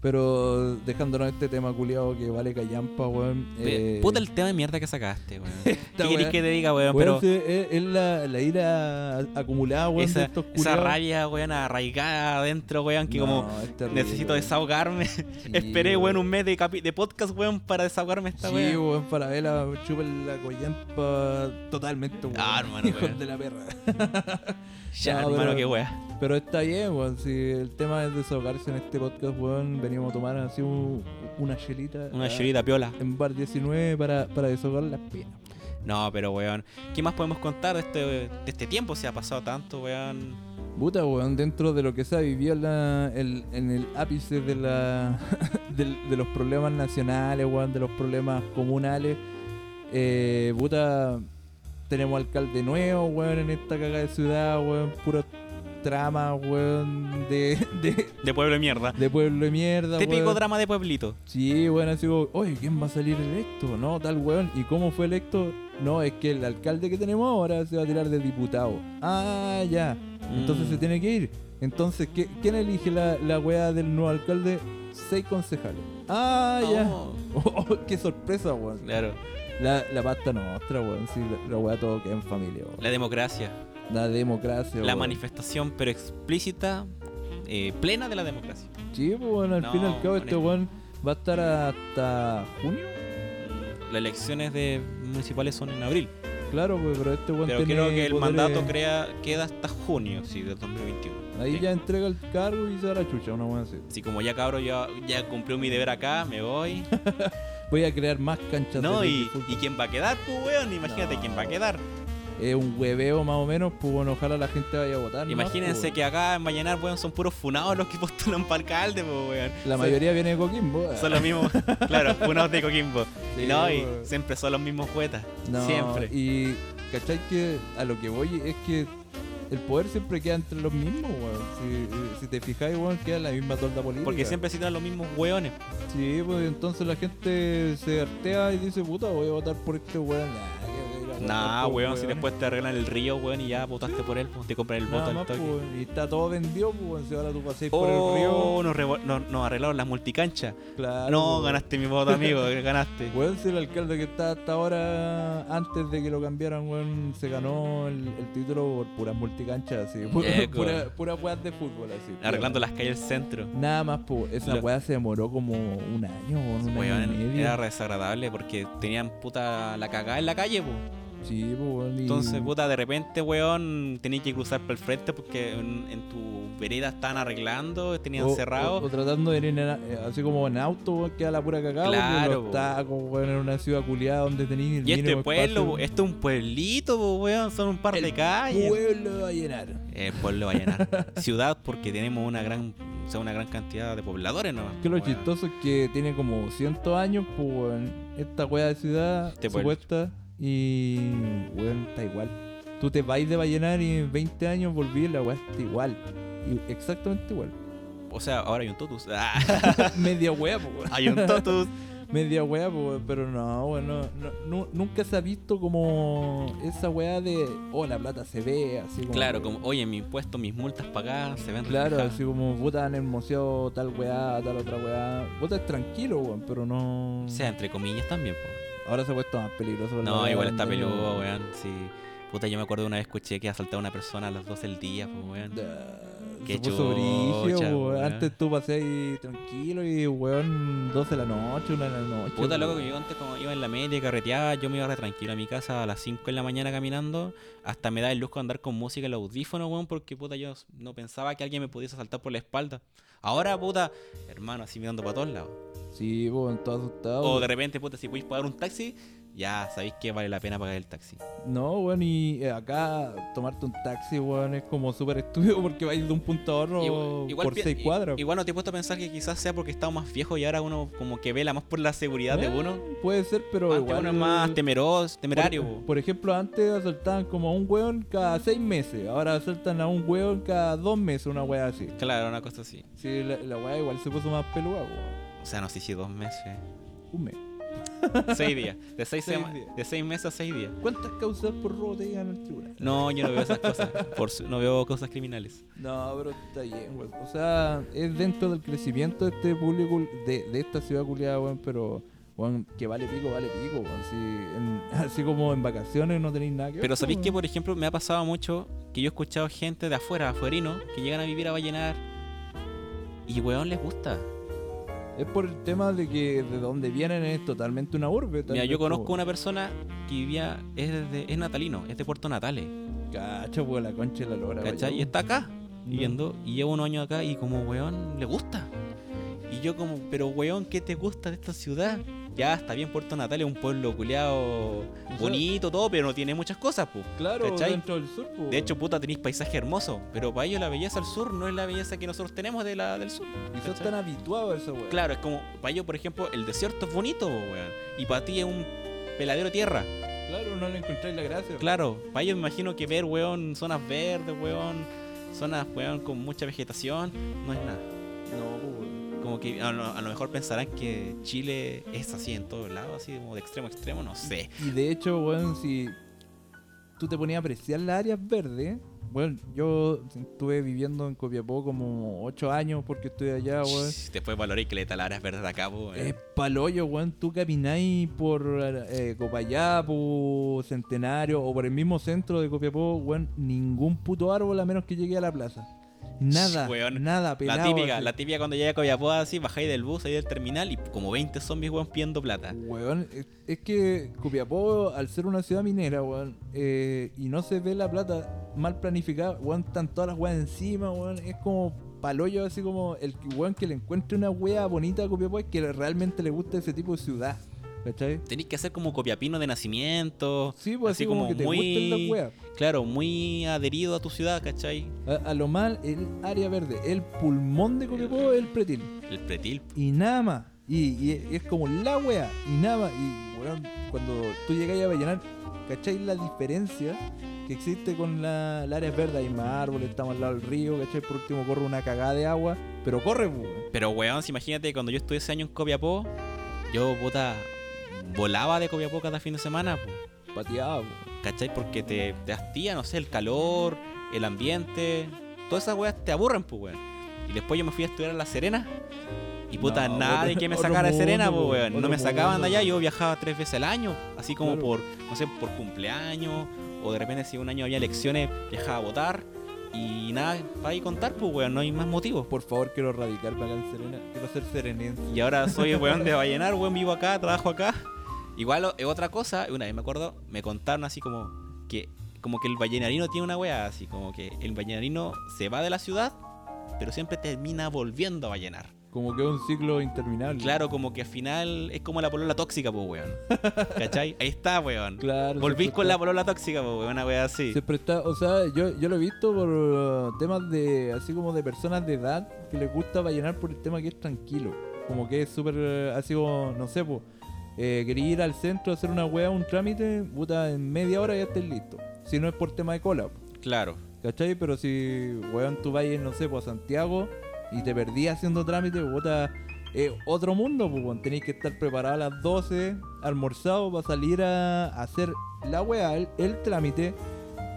S1: Pero dejándonos este tema culiado que vale callampa, weón.
S2: Pe-
S1: eh,
S2: Puta el tema de mierda que sacaste, weón.
S1: *laughs*
S2: ¿Qué querés
S1: weá-
S2: que te diga, weón?
S1: Weón,
S2: Pero
S1: sí, es, es la, la ira acumulada, weón, de
S2: esa,
S1: estos
S2: esa
S1: culiados.
S2: rabia, weón, arraigada adentro, weón, que
S1: No,
S2: como
S1: es terrible,
S2: necesito
S1: weón.
S2: desahogarme. *laughs*
S1: Sí,
S2: Esperé, weón, un mes de, capi- de podcast, weón, para desahogarme esta
S1: Sí,
S2: weá.
S1: weón, para ver la chupa la collampa totalmente, weón.
S2: Ah, hermano,
S1: Hijos
S2: weón.
S1: de la perra.
S2: Ya,
S1: No,
S2: hermano,
S1: pero-
S2: qué weá.
S1: Pero está bien, weón. Si el tema es desahogarse en este podcast, weón, venimos a tomar así un- una chelita.
S2: Una
S1: ah,
S2: llorita piola.
S1: En bar 19 para, para desahogar las piernas.
S2: No, pero weón, ¿qué más podemos contar de este, de este tiempo? Se ha pasado tanto, weón.
S1: Puta, weón, dentro de lo que se ha vivido en la- el- en el ápice de, la, *laughs* del- de los problemas nacionales, weón, de los problemas comunales. Eh, puta, tenemos alcalde nuevo, weón, en esta cagada de ciudad, weón, puro trama, weón, de, *laughs* de,
S2: De pueblo de mierda.
S1: de pueblo de mierda,
S2: Típico
S1: weón.
S2: drama de pueblito.
S1: Sí, bueno, así como, oye, ¿quién va a salir electo? No, tal weón. ¿Y cómo fue electo? No, es que el alcalde que tenemos ahora se va a tirar de diputado. Ah, ya. Entonces
S2: Mm.
S1: se tiene que ir. Entonces, ¿qué- ¿quién elige la, la weá del nuevo alcalde? Seis concejales. Ah, ya.
S2: Oh,
S1: *laughs* Oh, qué sorpresa, weón.
S2: Claro,
S1: La, la pasta nuestra, weón. Sí, la, la weá todo queda en familia, weón.
S2: la democracia.
S1: La democracia,
S2: La
S1: weón.
S2: manifestación, pero explícita, eh, plena de la democracia.
S1: Sí, pues, weón, al
S2: No,
S1: fin y al cabo este
S2: honesto.
S1: weón va a estar hasta junio.
S2: Las elecciones de municipales son en abril.
S1: Claro, pues, pero este weón
S2: Pero
S1: tiene
S2: creo que el
S1: poderes-
S2: mandato crea, queda hasta junio, sí, del 2021.
S1: Ahí
S2: Sí.
S1: ya entrega el cargo y se da la chucha, una buena así.
S2: Así como ya cabro, ya, ya cumplió mi deber acá,
S1: *laughs*
S2: me voy.
S1: Voy a crear más canchas
S2: No,
S1: de
S2: y,
S1: fútbol.
S2: y quién va a quedar, pues, weón. Imagínate
S1: No.
S2: quién va a quedar.
S1: Es un hueveo más o menos, pues bueno, ojalá la gente vaya a votar. pues,
S2: Imagínense
S1: ¿no?
S2: que acá en Vallenar, weón, son puros funados los que *laughs* postulan para alcalde, pues, weón.
S1: La
S2: Son-
S1: mayoría viene de Coquimbo. ah.
S2: Son los mismos, *laughs* claro, funados de Coquimbo.
S1: Sí,
S2: y no, y
S1: weón.
S2: siempre son los mismos poetas.
S1: No,
S2: siempre.
S1: Y cachai que a lo que voy es que el poder siempre queda entre los mismos, weón. Si, si te fijáis, weón, queda en la misma torta política. pues,
S2: Porque siempre citan los mismos weones.
S1: Sí, pues entonces la gente se artea y dice, puta, voy a votar por este weón. Ah, que voy a ir a weón.
S2: Nah,
S1: Tampoco,
S2: weón, si después te arreglan el río, weón, y ya votaste por él, pues, te compras el
S1: Nada
S2: voto al
S1: más,
S2: toque.
S1: pues, weón. Y está todo vendido, pues, weón. Si ahora tú paséis por
S2: oh,
S1: el río.
S2: nos, revo- no- nos arreglaron las multicanchas.
S1: Claro. pues,
S2: No,
S1: weón.
S2: ganaste mi voto,
S1: *laughs*
S2: amigo, ganaste.
S1: Weón, si el alcalde que está hasta ahora, antes de que lo cambiaran, weón, se ganó el, el título por puras multicanchas, así. *laughs* Pura,
S2: Yeco.
S1: pura, pura weas de fútbol, así.
S2: Arreglando las calles del centro.
S1: Nada más, pues, esa
S2: Lo-
S1: weá se demoró como un año, weón, un año y
S2: Weón,
S1: medio.
S2: era desagradable porque tenían puta la cagada en la calle, po.
S1: Sí, pues, weón. y-
S2: Entonces, puta, de repente, weón, tenías que cruzar por el frente porque en, en tu vereda estaban arreglando, tenían
S1: o-
S2: cerrado.
S1: O, o tratando de ir en- eh, así como en auto, weón, queda la pura cagada. porque
S2: Claro,
S1: los
S2: po.
S1: tacos, weón, en una ciudad culiada donde tenías el
S2: y este
S1: mínimo
S2: pueblo,
S1: espacio.
S2: po, esto es un pueblito, po, weón, son un par
S1: El
S2: de calles.
S1: Pueblo va a llenar.
S2: El pueblo va
S1: *laughs*
S2: a llenar. Ciudad porque tenemos una gran, o sea, una gran cantidad de pobladores nomás.
S1: Que lo
S2: weón.
S1: chistoso es que tiene como 100 años, pues, weón. Esta weá de ciudad,
S2: Este pueblo.
S1: supuesta, y, weón, está igual. Tú te vais de Vallenar y en 20 años volví y la weá está igual. Y- exactamente
S2: *laughs*
S1: igual.
S2: O sea, ahora hay un totus. *laughs* Ah,
S1: Media weá, pues, weón.
S2: hay un totus.
S1: Media weá, pues, weón. Pero no, weón, no, no- nu- nunca se ha visto como esa weá de, oh, la plata se ve, así como.
S2: *laughs* Claro, como, oye, mi impuesto, mis multas pagadas se ven *laughs*
S1: Claro,
S2: reflejadas.
S1: así como, puta, han hermoseado tal weá, tal otra weá. Puta, es tranquilo, weón, pero no.
S2: O sea, entre comillas también, po.
S1: Ahora se ha puesto más peligroso. por la
S2: No,
S1: weá
S2: igual está
S1: de-
S2: peludo, weón. Sí. Puta, yo me acuerdo una vez escuché que asaltaba a una persona a las 12 del día, pues, weón.
S1: de-
S2: Qué
S1: se puso brígido,
S2: chucha,
S1: weón.
S2: weón.
S1: Antes tú pasé ahí tranquilo y weón, 12 de la noche, 1 de la noche.
S2: Puta,
S1: weón.
S2: loco, que yo antes como iba en la media y carreteaba, yo me iba re tranquilo a mi casa a las 5 de la mañana caminando. Hasta me da el lujo andar con música en los audífonos, weón, porque puta, yo no pensaba que alguien me pudiese asaltar por la espalda. Ahora, puta, hermano, así mirando para todos lados.
S1: Sí, weón, todo asustado.
S2: O
S1: weón.
S2: de repente, puta, si podéis pagar un taxi, ya sabéis que vale la pena pagar el taxi.
S1: No, weón, y eh, acá tomarte un taxi, weón, es como súper estúpido *laughs* porque vais de un punto a otro por
S2: pi-
S1: 6 cuadras.
S2: Igual no te he puesto a pensar que quizás sea porque estamos más viejo y ahora uno como que vela más por la seguridad de
S1: Eh,
S2: uno.
S1: Puede ser, pero
S2: Antes
S1: igual.
S2: uno es más temeroso, temerario.
S1: Por,
S2: po.
S1: por ejemplo, antes asaltaban como a un weón cada 6 meses. Ahora asaltan a un weón cada 2 meses, una weá así.
S2: Claro, una cosa así.
S1: Sí, la, la weá igual se puso más peluda, weón.
S2: O sea, no sé si dos meses.
S1: *laughs* Un mes.
S2: seis días. De seis,
S1: Seis
S2: sema-
S1: días.
S2: De seis meses a seis días.
S1: ¿Cuántas causas por robo te llegan al tribunal?
S2: No, yo no veo esas cosas. Por su- no veo cosas criminales.
S1: No, pero está bien, weón. O sea, es dentro del crecimiento de este público, de, de esta ciudad culiada, weón, pero, weón, que vale pico, vale pico, weón. Si en- *laughs* así como en vacaciones no tenéis nada que ver,
S2: Pero sabéis que,
S1: weón.
S2: por ejemplo, me ha pasado mucho que yo he escuchado gente de afuera, afuerinos, que llegan a vivir a Vallenar y weón les gusta.
S1: Es por el tema de que de donde vienen es totalmente una urbe. tal
S2: Mira,
S1: vez,
S2: yo conozco
S1: weón.
S2: una persona que vivía, es, de- es natalino, es de Puerto Natales.
S1: Cacha, weón, la concha de la lora,
S2: ¿Cachai? Y
S1: weón. Mm.
S2: está acá,
S1: No.
S2: viviendo, y lleva unos años acá y como weón le gusta. Y yo como, pero weón, ¿qué te gusta de esta ciudad? Ya, está bien Puerto Natal, es un pueblo culeado bonito, todo, pero no tiene muchas cosas, pues.
S1: Claro,
S2: ¿cachai?
S1: dentro del sur, weón.
S2: De hecho, puta, tenéis paisaje hermoso, pero para ellos la belleza del sur no es la belleza que nosotros tenemos de la del sur.
S1: y son
S2: ¿cachai?
S1: tan habituados a esa weón.
S2: Claro, es como, para ellos, por ejemplo, el desierto es bonito, po, weón, y para ti es un peladero tierra.
S1: Claro, no le encontráis la gracia. weón.
S2: Claro, para ellos me imagino que ver, weón, zonas verdes, weón, zonas, weón, con mucha vegetación, no es nada.
S1: No, weón.
S2: Como que a lo, a lo mejor pensarán que Chile es así en todos lados, así como de extremo a extremo, no sé.
S1: Y de hecho, weón, si tú te ponías a apreciar las áreas verdes, bueno, yo estuve viviendo en Copiapó como 8 años porque estuve allá, weón.
S2: Después valoré que le talaras verdes de acá, po,
S1: Es
S2: weón.
S1: paloyo, weón. Tú camináis por eh, Copayapo, Centenario o por el mismo centro de Copiapó, weón. Ningún puto árbol a menos que llegue a la plaza. Nada,
S2: Weón,
S1: nada, pelado.
S2: La típica,
S1: así.
S2: la típica cuando llega a Coyapó así, bajáis del bus, ahí del terminal y como 20 zombies, weón, pidiendo plata.
S1: Weón, es, es que Copiapó, al ser una ciudad minera, weón, eh, y no se ve la plata mal planificada, weón, están todas las weas encima, weón, es como paloyo, así como el que- weón que le encuentre una wea bonita a Copiapó es que le- realmente le gusta ese tipo de ciudad, ¿cachai?
S2: Tenéis que hacer como copiapino de nacimiento.
S1: Sí, pues así, como, que te gusten las weas.
S2: Claro, muy adherido a tu ciudad, ¿cachai?
S1: A, a lo mal, el área verde, el pulmón de Copiapó es el pretil,
S2: El pretil,
S1: y nada más, y, y es- es como la wea, y nada más, y weón, cuando tú llegáis a Vallenar, ¿cacháis la diferencia que existe con la, el área verde? Hay más árboles, estamos al lado del río, ¿cachai? Por último corre una cagada de agua, pero corre, pues, weón.
S2: Pero weón, si imagínate cuando yo estuve ese año en Copiapó, yo puta volaba de Copiapó cada fin de semana, po.
S1: pateado, pues.
S2: ¿Cachai? Porque te, te hastía, no sé, el calor, el ambiente. Todas esas weas te aburren, pues, weón. Y después yo me fui a estudiar a La Serena. Y puta,
S1: No,
S2: nada de
S1: otro-
S2: que me
S1: otro
S2: sacara de
S1: mundo,
S2: Serena, pues,
S1: po,
S2: weón. No
S1: otro
S2: me sacaban de
S1: mundo.
S2: allá, yo viajaba tres veces al año. Así como
S1: Claro.
S2: por, no sé, por cumpleaños. O de repente si un año había elecciones, viajaba a votar. Y nada, para ahí contar, pues, weón. No hay más motivos.
S1: Por favor, quiero radicarme acá en Serena. Quiero ser serenense.
S2: Y ahora soy weón de Vallenar, weón, vivo acá, trabajo acá. Igual o- es otra cosa, una vez me acuerdo, me contaron así como que como que el vallenarino tiene una weá, así como que el vallenarino se va de la ciudad, pero siempre termina volviendo a vallenar.
S1: Como que un ciclo interminable.
S2: Claro, como que al final es como la polola tóxica, pues *laughs* weón. ¿Cachai? Ahí está, weón.
S1: Claro.
S2: Volvís
S1: siempre
S2: con
S1: está-
S2: la polola tóxica, pues weón, una weá así.
S1: Siempre está, o sea, yo, yo lo he visto por uh, temas de, así como de personas de edad que les gusta vallenar por el tema que es tranquilo. Como que es súper, eh, así como, no sé, pues, eh, quería ir al centro a hacer una wea, un trámite, puta, en media hora ya estés listo. Si no es por tema de cola, po,
S2: Claro.
S1: ¿cachai? Pero si, weón, tú vas, no sé, pues a Santiago y te perdí haciendo trámite, pues, puta, eh, otro mundo, pues, weón. Tenéis que estar preparado a las 12, almorzado, para salir a hacer la wea, el, el trámite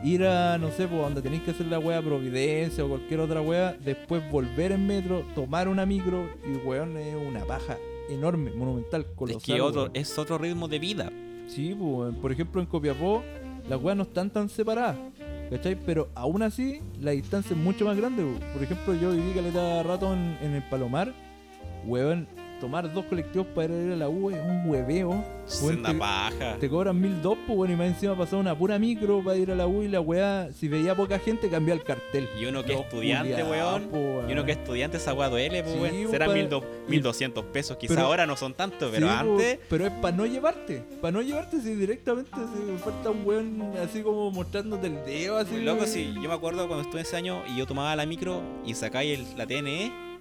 S1: ir a, no sé, pues, donde tenéis que hacer la wea a Providencia o cualquier otra wea, después volver en metro, tomar una micro y weón es una paja enorme, monumental, colosal.
S2: es que otro,
S1: weón.
S2: es otro ritmo de vida.
S1: Sí, pues, weón. por ejemplo en Copiapó las weas no están tan separadas, ¿cachai? Pero aún así la distancia es mucho más grande. weón. Por ejemplo yo viví caleta rato en, en el Palomar, weón, tomar dos colectivos para ir a la U es un hueveo. Weón,
S2: Senda
S1: te-
S2: paja.
S1: te cobran mil dos, pues bueno, y más encima pasaba una pura micro para ir a la U y la weá, si veía poca gente, cambiaba el cartel.
S2: Y uno que
S1: Los
S2: es estudiante,
S1: culiados,
S2: weón.
S1: po, weón.
S2: Y uno que es estudiante, esa weá duele, pues,
S1: Sí,
S2: weón.
S1: un
S2: Serán
S1: par-
S2: 1200 1200 pesos, quizá
S1: Pero-
S2: ahora no son tanto,
S1: Sí, pues,
S2: pero
S1: po,
S2: antes.
S1: Pero es para no llevarte, para no llevarte si directamente se falta un weón así como mostrándote el dedo, así.
S2: Loco, sí, yo me acuerdo cuando estuve ese año y yo tomaba la micro y sacáis el- la TNE.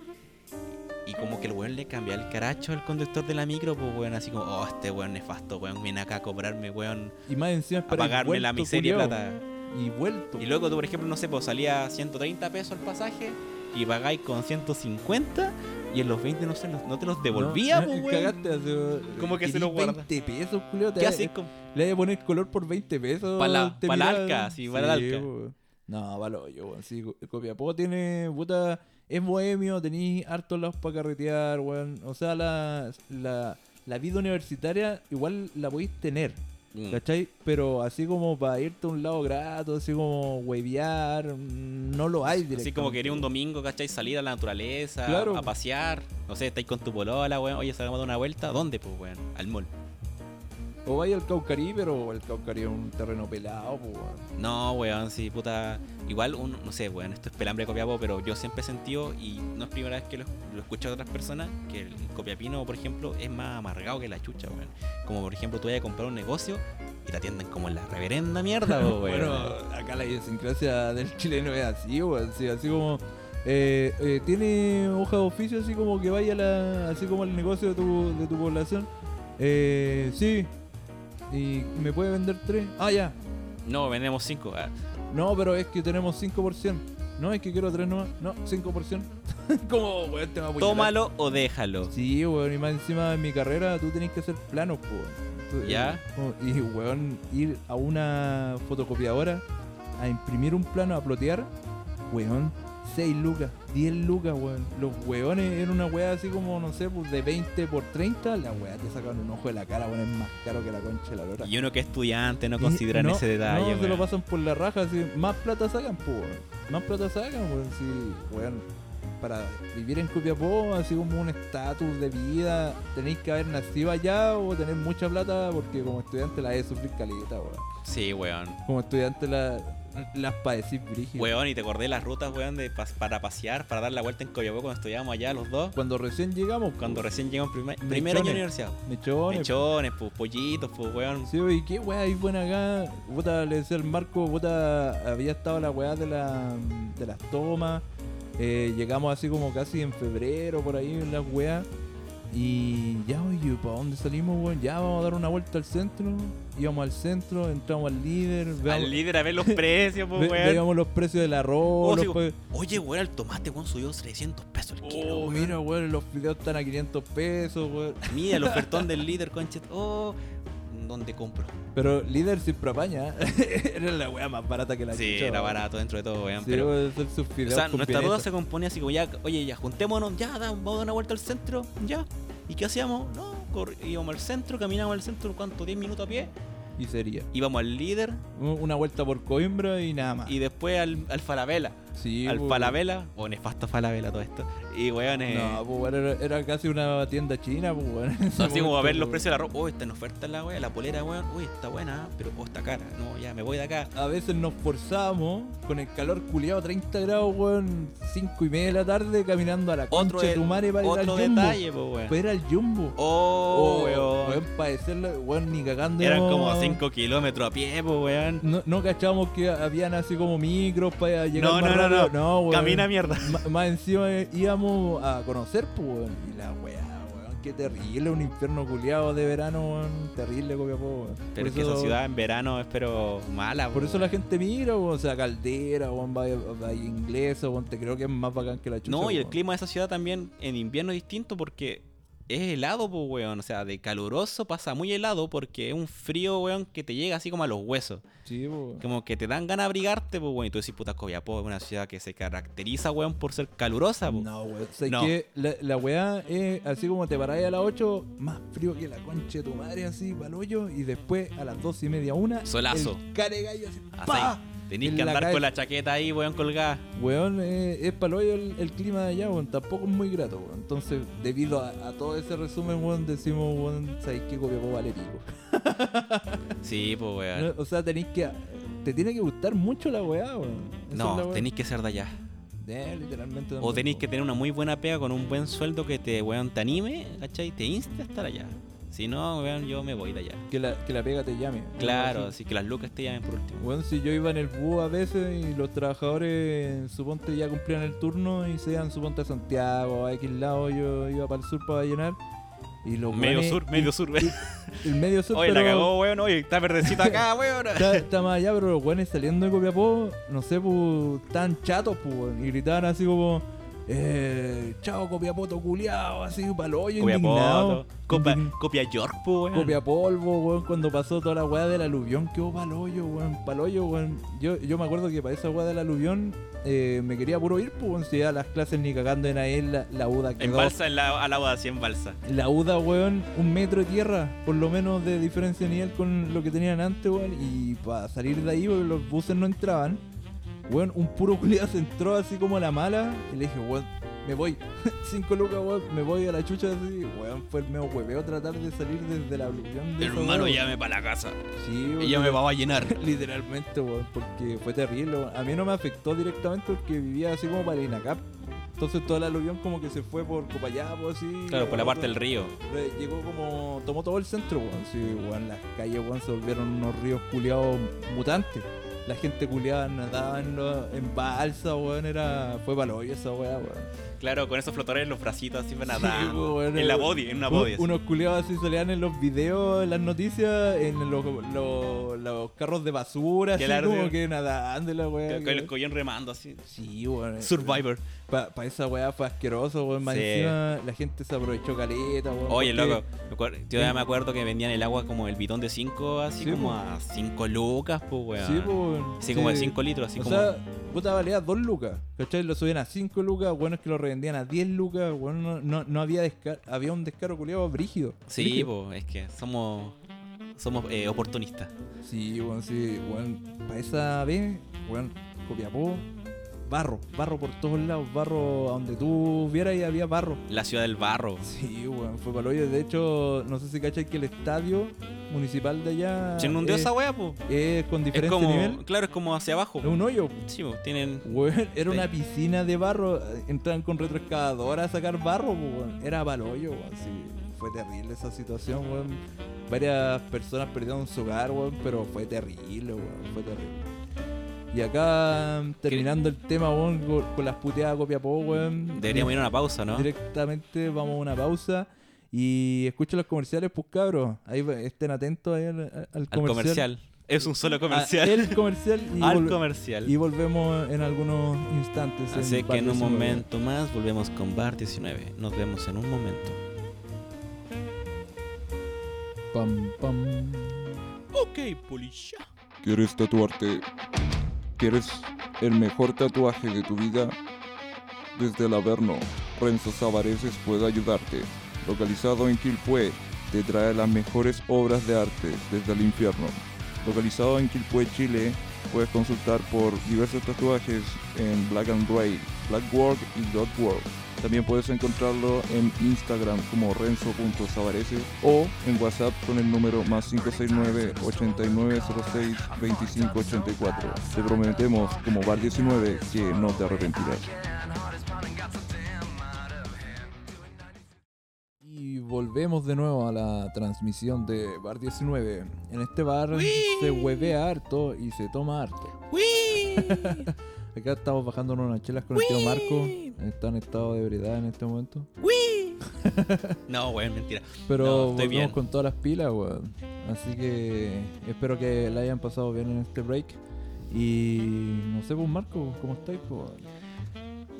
S2: Y como que el weón le cambiaba el caracho al conductor de la micro, pues weón, así como, oh, este weón nefasto, weón, viene acá a cobrarme, weón,
S1: Y más encima es
S2: a
S1: para ir
S2: pagarme la
S1: vuelto,
S2: miseria de
S1: culiao.
S2: plata.
S1: Y vuelto.
S2: Y luego tú, por ejemplo, no sé, pues salía 130 pesos el pasaje y pagáis con 150 y en los 20 no, sé, no- no te los devolvía,
S1: No,
S2: pues weón.
S1: Cagaste, así,
S2: Como que se
S1: querís
S2: lo guarda.
S1: 20 pesos, culiao, te
S2: ¿Qué
S1: da-
S2: haces con
S1: Le voy a poner color por 20 pesos.
S2: Pa' la-
S1: te
S2: pa' la
S1: miran.
S2: alca, sí, pa' la alca.
S1: po. No, palo yo, weón. Sí, Co- Copiapó tiene, puta, es bohemio, tenéis hartos lados para carretear, weón. O sea, la, la, la vida universitaria igual la podéis tener,
S2: Mm.
S1: ¿cachai? Pero así como para irte a un lado grato, así como huevear, mm, no lo hay directamente.
S2: Así como quería un domingo, ¿cachai? Salir a la naturaleza,
S1: Claro.
S2: a pasear. No sé, estáis con tu polola, weón. Oye, salgamos a dar una vuelta. ¿Dónde, pues, weón? Al mall.
S1: O vaya al Caucarí, pero el Caucarí es un terreno pelado, po, weón.
S2: No, weón, sí, puta. Igual, un, no sé, weón, esto es pelambre de copiapo, pero yo siempre he sentido, y no es primera vez que lo, lo escucho de otras personas, que el copiapino, por ejemplo, es más amargado que la chucha, weón. Como, por ejemplo, tú vayas a comprar un negocio y te atienden como en la reverenda mierda, po, weón.
S1: Bueno, acá la idiosincrasia del *laughs* chileno es así, weón. sí, así como. eh, eh, tiene hoja de oficio, así como que vaya la, así como al negocio de tu, de tu población. Eh, sí. ¿Y me puede vender tres? Ah, ya.
S2: No, vendemos cinco. ah.
S1: No, pero es que tenemos 5%. No, es que quiero tres nomás. No, *laughs* 5%. como, weón, te va a apuñalar.
S2: Tómalo o déjalo.
S1: Sí, weón, y más encima en mi carrera tú tenés que hacer planos, po, weón. Tú-
S2: Ya.
S1: como- Y, weón, ir a una fotocopiadora a imprimir un plano, a plotear, weón, 6 lucas, 10 lucas, weón. Los weones eran una weá así como, no sé, pues de 20 por 30, la weá te sacan un ojo de la cara, weón, es más caro que la concha de la lora.
S2: Y uno que es estudiante no
S1: Y
S2: consideran ese detalle,
S1: No, se
S2: weón.
S1: lo pasan por la raja, así, más plata sacan, po, weón. Más plata sacan, weón, sí, weón. Para vivir en Copiapó, así como un estatus de vida, tenéis que haber nacido allá o tener mucha plata, porque como estudiante la he de sufrir caleta, weón.
S2: Sí, weón.
S1: Como estudiante la, las padecís brígidas.
S2: Weón, y te acordé las rutas, weón, de pas- para pasear, para dar la vuelta en Coyapó cuando estudiábamos allá los dos.
S1: Cuando recién llegamos, po,
S2: Cuando recién llegamos primer, primer año de universidad.
S1: mechones,
S2: Mechones, pues, pollitos, pues, weón.
S1: Sí, y qué weá hay buena acá. Puta, le decía el Marco, puta, había estado la weá de, la, de las tomas. Eh, llegamos así como casi en febrero, por ahí, en las weas. Y ya, oye, ¿para dónde salimos, weón? Ya vamos a dar una vuelta al centro. Íbamos al centro, entramos al líder, veamos,
S2: Al líder a ver los precios,
S1: ve-
S2: pues, weón.
S1: veíamos los precios del arroz.
S2: Oh,
S1: los
S2: sí,
S1: pre-
S2: Oye, weón, el tomate, weón, subió 300 pesos el kilo,
S1: Oh,
S2: weón.
S1: mira, weón, los fideos están a 500 pesos, weón. *laughs*
S2: Mira el ofertón del líder, conchet. Oh, dónde compro.
S1: Pero líder sin propaña *laughs* era la wea más barata que la
S2: sí,
S1: chucha,
S2: era
S1: weón.
S2: barato dentro de todo, weón.
S1: Sí,
S2: pero,
S1: weón, hacer sus
S2: o
S1: fideos
S2: sea,
S1: con
S2: nuestra duda
S1: pimienta.
S2: se componía así como ya, oye, ya juntémonos, ya, da- vamos a dar una vuelta al centro, ya. ¿Y qué hacíamos? No, cor- íbamos al centro, caminábamos al centro, ¿cuánto? 10 minutos a pie.
S1: Y sería.
S2: Íbamos al líder
S1: U- Una vuelta por Coimbra y nada más.
S2: y después al, al Falabella.
S1: Ah. Sí, pues.
S2: al
S1: po.
S2: Falabella, o nefasto Falabella todo esto. Y weón, eh,
S1: No, pues, po, weón, era, era casi una tienda china, po, weón, *laughs* en ese
S2: así como a ver los
S1: momento,
S2: precios de la ropa. Uy, está en oferta la wea, la polera, weón. Uy, está buena, pero oh, está cara. No, ya, me voy de acá.
S1: A veces nos forzábamos con el calor culiado 30 grados, weón, 5 y media de la tarde caminando a la concha
S2: Otro,
S1: de
S2: de-
S1: tu madre para ir al
S2: otro
S1: Jumbo.
S2: detalle, pues weón.
S1: Para ir al Jumbo.
S2: oh, weón.
S1: weón, padecerla, weón, ni cagando.
S2: Eran
S1: íbamos-
S2: como 5 kilómetros a pie, pues weón.
S1: No, no cachamos que habían así como micros para llegar
S2: No,
S1: más
S2: no, no,
S1: rápido.
S2: no.
S1: weón.
S2: Camina mierda.
S1: Ma- más encima eh, íbamos a conocer, pues, weón. Y la weá, weón, qué terrible, un infierno culiado de verano, weón. Terrible, Copiapó, weón.
S2: Pero es que esa ciudad en verano es pero mala,
S1: Por
S2: po,
S1: eso la
S2: weón.
S1: gente mira, weón. O sea, Caldera, weón, Valle, Valle Inglesa, weón. Te creo que es más bacán que la chucha,
S2: No, y el
S1: weón.
S2: clima de esa ciudad también en invierno es distinto porque es helado, pues weón. O sea, de caluroso pasa muy helado porque es un frío, weón, que te llega así como a los huesos.
S1: Sí, po, weón.
S2: Como que te dan ganas de abrigarte, pues weón. Y tú decís, puta, Coviapó es una ciudad que se caracteriza, weón, por ser calurosa, pues.
S1: No, weón. O sea, es
S2: No.
S1: que la, la weá es así como te paráis a las 8, más frío que la concha de tu madre, así, pa'l hoyo, y después a las 2 y media, una.
S2: Solazo.
S1: el caregallo así,
S2: Así,
S1: ¡pa!
S2: tenés
S1: En
S2: que
S1: la
S2: andar
S1: calle.
S2: con la chaqueta ahí, weón, colgada.
S1: Weón, eh, es pa'l hoyo el, el clima de allá, weón. Tampoco es muy grato, weón. Entonces, debido a, a todo ese resumen, weón, decimos, weón, ¿sabéis qué Copiapó vale pico?
S2: Sí, pues weón.
S1: No, o sea, tenéis que. Te tiene que gustar mucho la weá, weón. Esa es la
S2: No,
S1: weá.
S2: tenéis que ser de allá.
S1: Eh, literalmente.
S2: O
S1: también,
S2: tenéis que
S1: weón.
S2: tener una muy buena pega con un buen sueldo que te, weón, te anime, ¿cachai? Te inste a estar allá. Si no, weón, yo me voy de allá.
S1: Que la, que la pega te llame.
S2: Claro,
S1: Algo así.
S2: así que las lucas te llamen por último.
S1: Bueno, si yo iba en el bus a veces y los trabajadores, suponte, ya cumplían el turno y se iban, suponte, a Santiago, a X lado, yo iba para el sur para llenar. Y los
S2: Medio
S1: weones-
S2: sur, medio
S1: *laughs*
S2: sur, weón.
S1: El medio sur,
S2: Oye, la
S1: eh, pero
S2: cagó, weón, oye, está
S1: *laughs*
S2: verdecita acá, weón.
S1: Está, está más allá, pero los weones saliendo de Copiapó, no sé, pues, tan chatos, pues, weón, y gritaban así como, eh, chao Copiapoto culiao, así pa'l hoyo,
S2: *laughs* Copia
S1: indignado.
S2: Poto, copia,
S1: Indign-
S2: copia York, po, weón.
S1: Copia polvo, weón, cuando pasó toda la weá del aluvión, quedó pa'l hoyo, weón, pa'l hoyo, weón. Yo, yo me acuerdo que para esa weá del aluvión eh, me quería puro ir, pues, weón, si ya las clases ni cagando en ahí, la, la UDA
S2: En
S1: quedó.
S2: balsa, en la, al agua así en balsa.
S1: La UDA, weón, un metro de tierra, por lo menos de diferencia de nivel con lo que tenían antes, weón. Y para salir de ahí, porque los buses no entraban, weón, un puro *laughs* culiado se entró así como a la mala. Y le dije, weón, me voy. *laughs* Cinco lucas, weón, me voy a la chucha así. Weón, fue el medio hueveo tratar de salir desde la aluvión de esa
S2: Hermano,
S1: weá,
S2: llame para la casa.
S1: weón. Sí, weón.
S2: Ella me va a llenar.
S1: *laughs* Literalmente, weón, porque fue terrible. weón. A mí no me afectó directamente porque vivía así como para Inacap. Entonces toda la aluvión como que se fue por Copayapo, así.
S2: Claro, por la parte del río.
S1: Re- Llegó como. tomó todo el centro, weón. Sí, weón, las calles, weón, se volvieron unos ríos culiados mutantes. La gente culiada nadaba en, lo- en balsa, weón, era. fue paloyo esa weá, weón.
S2: Claro, con esos flotadores en los bracitos así para
S1: Sí,
S2: nadar.
S1: weón,
S2: en la
S1: era-
S2: body, en una body. así.
S1: Un- unos culiados así salían en los videos, en las noticias, en los, los- los carros de basura, así
S2: Claro,
S1: como
S2: sí.
S1: que nadando y la weá.
S2: Con el
S1: que-
S2: collón remando así.
S1: Sí, weón.
S2: Survivor.
S1: Para esa weá fue asqueroso, weón. Más
S2: Sí.
S1: encima la gente se aprovechó caleta, weón.
S2: Oye,
S1: porque-
S2: loco, me acuer- yo ya me acuerdo que vendían el agua como el bidón de 5, así
S1: Sí,
S2: como
S1: po.
S2: a 5 lucas, pues, weón.
S1: Sí, pues, weón.
S2: Así como de
S1: Sí.
S2: 5 litros, así
S1: o
S2: como.
S1: sea, puta valía 2 lucas, ¿cachai? Lo subían a 5 lucas, bueno, es que lo revendían a 10 lucas, bueno, no, no, no había descar había un descaro culiado brígido.
S2: sí,
S1: brígido.
S2: pues, es que somos. Somos eh, oportunistas.
S1: Sí, bueno, sí, bueno, para esa vez, bueno, copiapó, barro, barro por todos lados, barro a donde tú vieras y había barro.
S2: La ciudad del barro.
S1: Sí, bueno, fue para hoyo. De hecho, no sé si cachai que el estadio municipal de allá
S2: Se inundó
S1: es,
S2: esa weá, pues.
S1: es con Ah,
S2: Es
S1: eh, diferente
S2: como.
S1: nivel,
S2: Claro, es como hacia abajo.
S1: es un hoyo,
S2: Sí, po, tienen.
S1: Weón, era una
S2: Sí.
S1: piscina de barro. Entraban con retroexcavadora a sacar barro, po, weón. Era balollo, weón. Sí, fue terrible esa situación, weón. Varias personas perdieron su hogar, weón, pero fue terrible, weón. Fue terrible. Y acá, terminando el tema, weón, con, con las puteadas copiapó, weón.
S2: Deberíamos ir a una pausa, ¿no?
S1: Directamente vamos a una pausa. Y escuchen los comerciales, pues cabros. Ahí va- estén atentos ahí al, al
S2: Al comercial. Es un solo comercial.
S1: A-
S2: *laughs*
S1: el comercial Ah, y
S2: Al
S1: vol-
S2: comercial.
S1: y volvemos en algunos instantes.
S2: Así que en
S1: Barrio
S2: un
S1: 19.
S2: momento más volvemos con Bar 19. Nos vemos en un momento.
S1: Pam, pam.
S2: Ok, policía.
S3: ¿Quieres tatuarte? ¿Quieres el mejor tatuaje de tu vida? Desde el Averno, Renzo Savareses puede ayudarte. Localizado en Quilpué, te trae las mejores obras de arte desde el infierno. Localizado en Quilpué, Chile, puedes consultar por diversos tatuajes en Black and Gray, Blackwork y Dotwork. También puedes encontrarlo en Instagram como renzo.savarese o en WhatsApp con el número más 569-8906-2584. Te prometemos como VAR19 que no te arrepentirás.
S1: Y volvemos de nuevo a la transmisión de Bar 19. En este bar
S2: Uy.
S1: se huevea harto y se toma harto. *laughs*
S2: ¡Uy!
S1: Acá estamos bajando unas chelas con el tío Marco. Está en estado de ebriedad en este momento.
S2: ¡Uy! No, weón, mentira.
S1: Pero
S2: No, estoy
S1: volvemos
S2: bien.
S1: con todas las pilas, weón. Así que espero que la hayan pasado bien en este break. Y no sé, pues Marco, ¿cómo estáis, po, weón?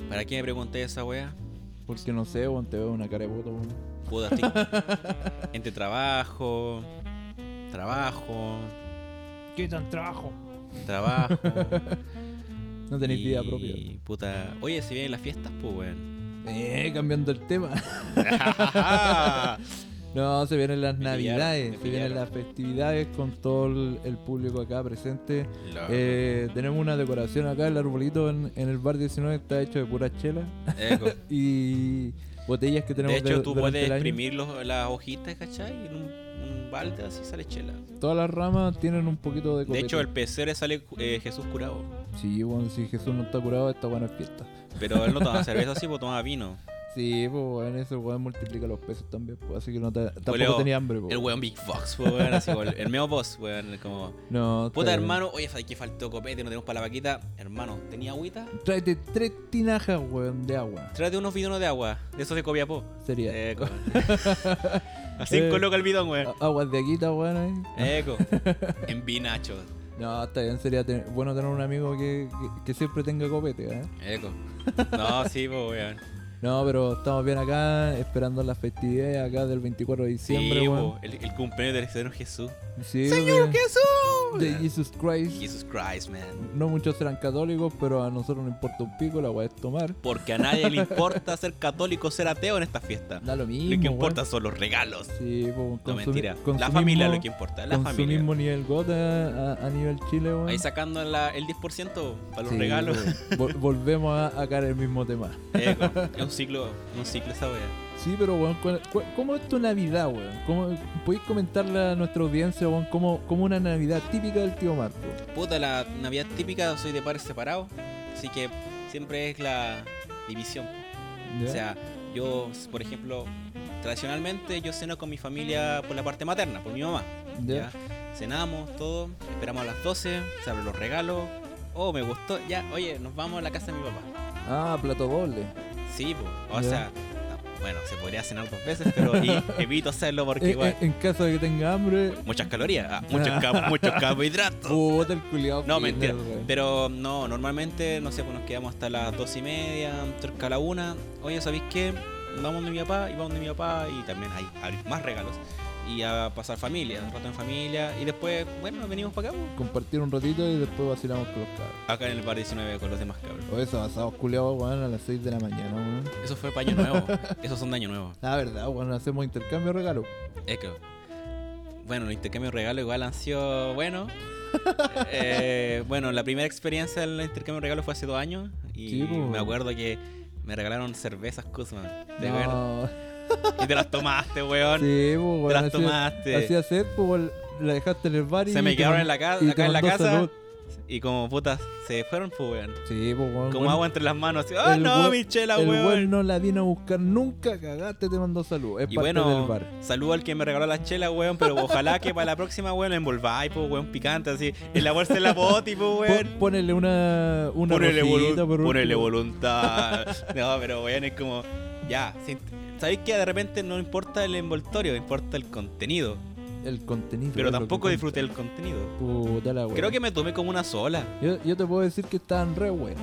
S2: ¿Para qué me pregunté esa wea?
S1: Porque no sé, weón, te veo una cara de voto, weón.
S2: Puta, estoy *laughs* entre trabajo, trabajo,
S4: ¿Qué tan trabajo?
S2: trabajo.
S1: *laughs* No tenéis
S2: y,
S1: vida propia.
S2: Puta, oye, si vienen las fiestas, pues
S1: *laughs*
S2: weón.
S1: Eh, cambiando el tema. *laughs* No, se vienen las
S2: Me
S1: navidades,
S2: pillaron, me
S1: se vienen
S2: pillaron.
S1: las festividades con todo el, el público acá presente.
S2: Lo-
S1: Eh, tenemos una decoración acá, el arbolito en, en el bar 19 está hecho de puras chelas
S2: Eco.
S1: y botellas que
S2: De
S1: *laughs* tenemos
S2: hecho,
S1: du-
S2: tú
S1: durante
S2: puedes
S1: el año.
S2: exprimir los- las hojitas, ¿cachai? Y en un, un balde así sale chela.
S1: Todas las ramas tienen un poquito de
S2: De
S1: copete.
S2: hecho, el PCR sale eh, Jesús curado.
S1: Sí, bueno, si Jesús no está curado, esta buena es fiesta.
S2: Pero él no tomaba cerveza así, pues tomaba vino.
S1: Sí, pues bueno, ese weón multiplica los pesos también, pues, así que no te- tampoco
S2: Julio,
S1: tenía hambre, pues.
S2: El weón Big Fox, pues, weón, así como el, el meo boss, weón, como...
S1: No, está
S2: Puta,
S1: bien.
S2: hermano, oye, aquí faltó copete, no tenemos para la vaquita. Hermano, ¿tenía agüita?
S1: Tráete tres tinajas, weón, de agua.
S2: Tráete unos bidones de agua, de esos de Copiapó.
S1: Sería. *laughs*
S2: Eco. Así
S1: Eh.
S2: coloca el bidón, weón.
S1: A- Aguas de aguita, weón, ahí. *laughs*
S2: Eco. En binacho.
S1: eh. No, está bien, sería ten- bueno tener un amigo que, que- que siempre tenga copete, ¿eh? *laughs*
S2: Eco. No, sí, pues, weón.
S1: No, pero estamos bien acá, esperando las festividades acá del 24 de diciembre,
S2: Sí,
S1: weón.
S2: po, el, el cumpleaños del Señor Jesús.
S1: Sí, weón.
S2: Jesús!
S1: De Jesus Christ.
S2: Jesus Christ, man.
S1: No muchos serán católicos, pero a nosotros nos importa un pico, la weá es tomar.
S2: Porque a nadie le importa ser católico o ser ateo en esta fiesta.
S1: Da lo mismo.
S2: Lo que
S1: weón.
S2: importa son los regalos.
S1: Sí, po,
S2: No,
S1: consumi-
S2: mentira. La
S1: consumismo-
S2: familia es lo que importa. La familia.
S1: Consumismo nivel gota a, a nivel Chile, weón.
S2: Ahí sacando la- el 10% para los
S1: Sí,
S2: regalos.
S1: weón. Vol- volvemos a, a caer el mismo tema.
S2: *laughs* Eco, es un ciclo, un ciclo esa wea.
S1: Sí, pero weón, ¿cuál- cu- ¿cómo es tu Navidad, weón? ¿Cómo, ¿Podéis comentarle a nuestra audiencia, weón, cómo, cómo una Navidad típica del tío Marco?
S2: Puta, la Navidad típica soy de pares separados. Así que siempre es la división.
S1: ¿Ya?
S2: O sea, yo, por ejemplo, tradicionalmente yo ceno con mi familia por la parte materna, por mi mamá.
S1: ¿Ya?
S2: ¿ya? Cenamos, todo, esperamos a las 12, se abren los regalos. Oh, me gustó, ya, oye, nos vamos a la casa de mi papá.
S1: Ah, plato doble.
S2: Sí, po, o
S1: Ya.
S2: sea, no, bueno, se podría cenar dos veces, pero
S1: *laughs*
S2: y- evito hacerlo porque
S1: Eh,
S2: igual.
S1: eh, en caso de que tenga hambre,
S2: Muchas calorías, ah, muchos, ca-
S1: *laughs*
S2: muchos carbohidratos.
S1: puta el culiado.
S2: No, mentira.
S1: weón.
S2: Pero no, normalmente, no sé, pues nos quedamos hasta las dos y media, cerca de la una. Oye, ¿sabéis qué? Vamos de mi papá y vamos de mi papá y también hay, hay más regalos. Y a pasar familia, un rato en familia. Y después, bueno, venimos para acá, po,
S1: Compartir un ratito y después vacilamos con los cabros.
S2: acá en el bar 19 con los demás cabros.
S1: O eso, asados culiados, weón, a las 6 de la mañana, weón.
S2: Eso fue para año *laughs* nuevo. Esos son de año nuevo.
S1: La verdad, weón, hacemos intercambio de regalos.
S2: Eco. Bueno, los intercambios de regalos igual han
S1: *laughs*
S2: sido bueno. Eh, bueno, la primera experiencia del intercambio de regalos fue hace dos años. Y
S1: Sí, po.
S2: me acuerdo que me regalaron cervezas Kuzman. De
S1: No.
S2: verdad. Y te las tomaste,
S1: *laughs*
S2: weón.
S1: Sí, po, weón.
S2: te las
S1: hacía-
S2: tomaste.
S1: Hacía sed, po, weón, la dejaste en el bar y.
S2: se me
S1: te
S2: quedaron
S1: mand-
S2: en la casa,
S1: y te
S2: acá en la
S1: mandó
S2: casa.
S1: salud.
S2: Y como putas, se fueron, pues, weón.
S1: Sí, po, weón.
S2: Como
S1: weón.
S2: agua entre las manos. así, ¡Ah,
S1: El
S2: no,
S1: we-
S2: mi chela,
S1: el
S2: weón!
S1: weón no la vino a buscar nunca, cagaste, te mandó salud. Es
S2: Y
S1: parte del
S2: bueno,
S1: bar.
S2: saludo al que me regaló la chela, weón, pero ojalá que para la próxima, weón, la envolváis, po, weón, picante, así. En la bolsa de la boti, po,
S1: Pon-
S2: weón.
S1: Ponele una, una
S2: Ponele,
S1: rosita,
S2: volu-
S1: por
S2: ponele
S1: último.
S2: voluntad. *laughs* No, pero weón, es como, ya. sin- ¿Sabéis que de repente no importa el envoltorio, importa el contenido?
S1: El contenido.
S2: Pero
S1: es lo que
S2: tampoco
S1: cuenta.
S2: disfruté el contenido.
S1: Puta la wea.
S2: Creo que me tomé como una sola.
S1: Yo, yo te puedo decir que estaban re buenas.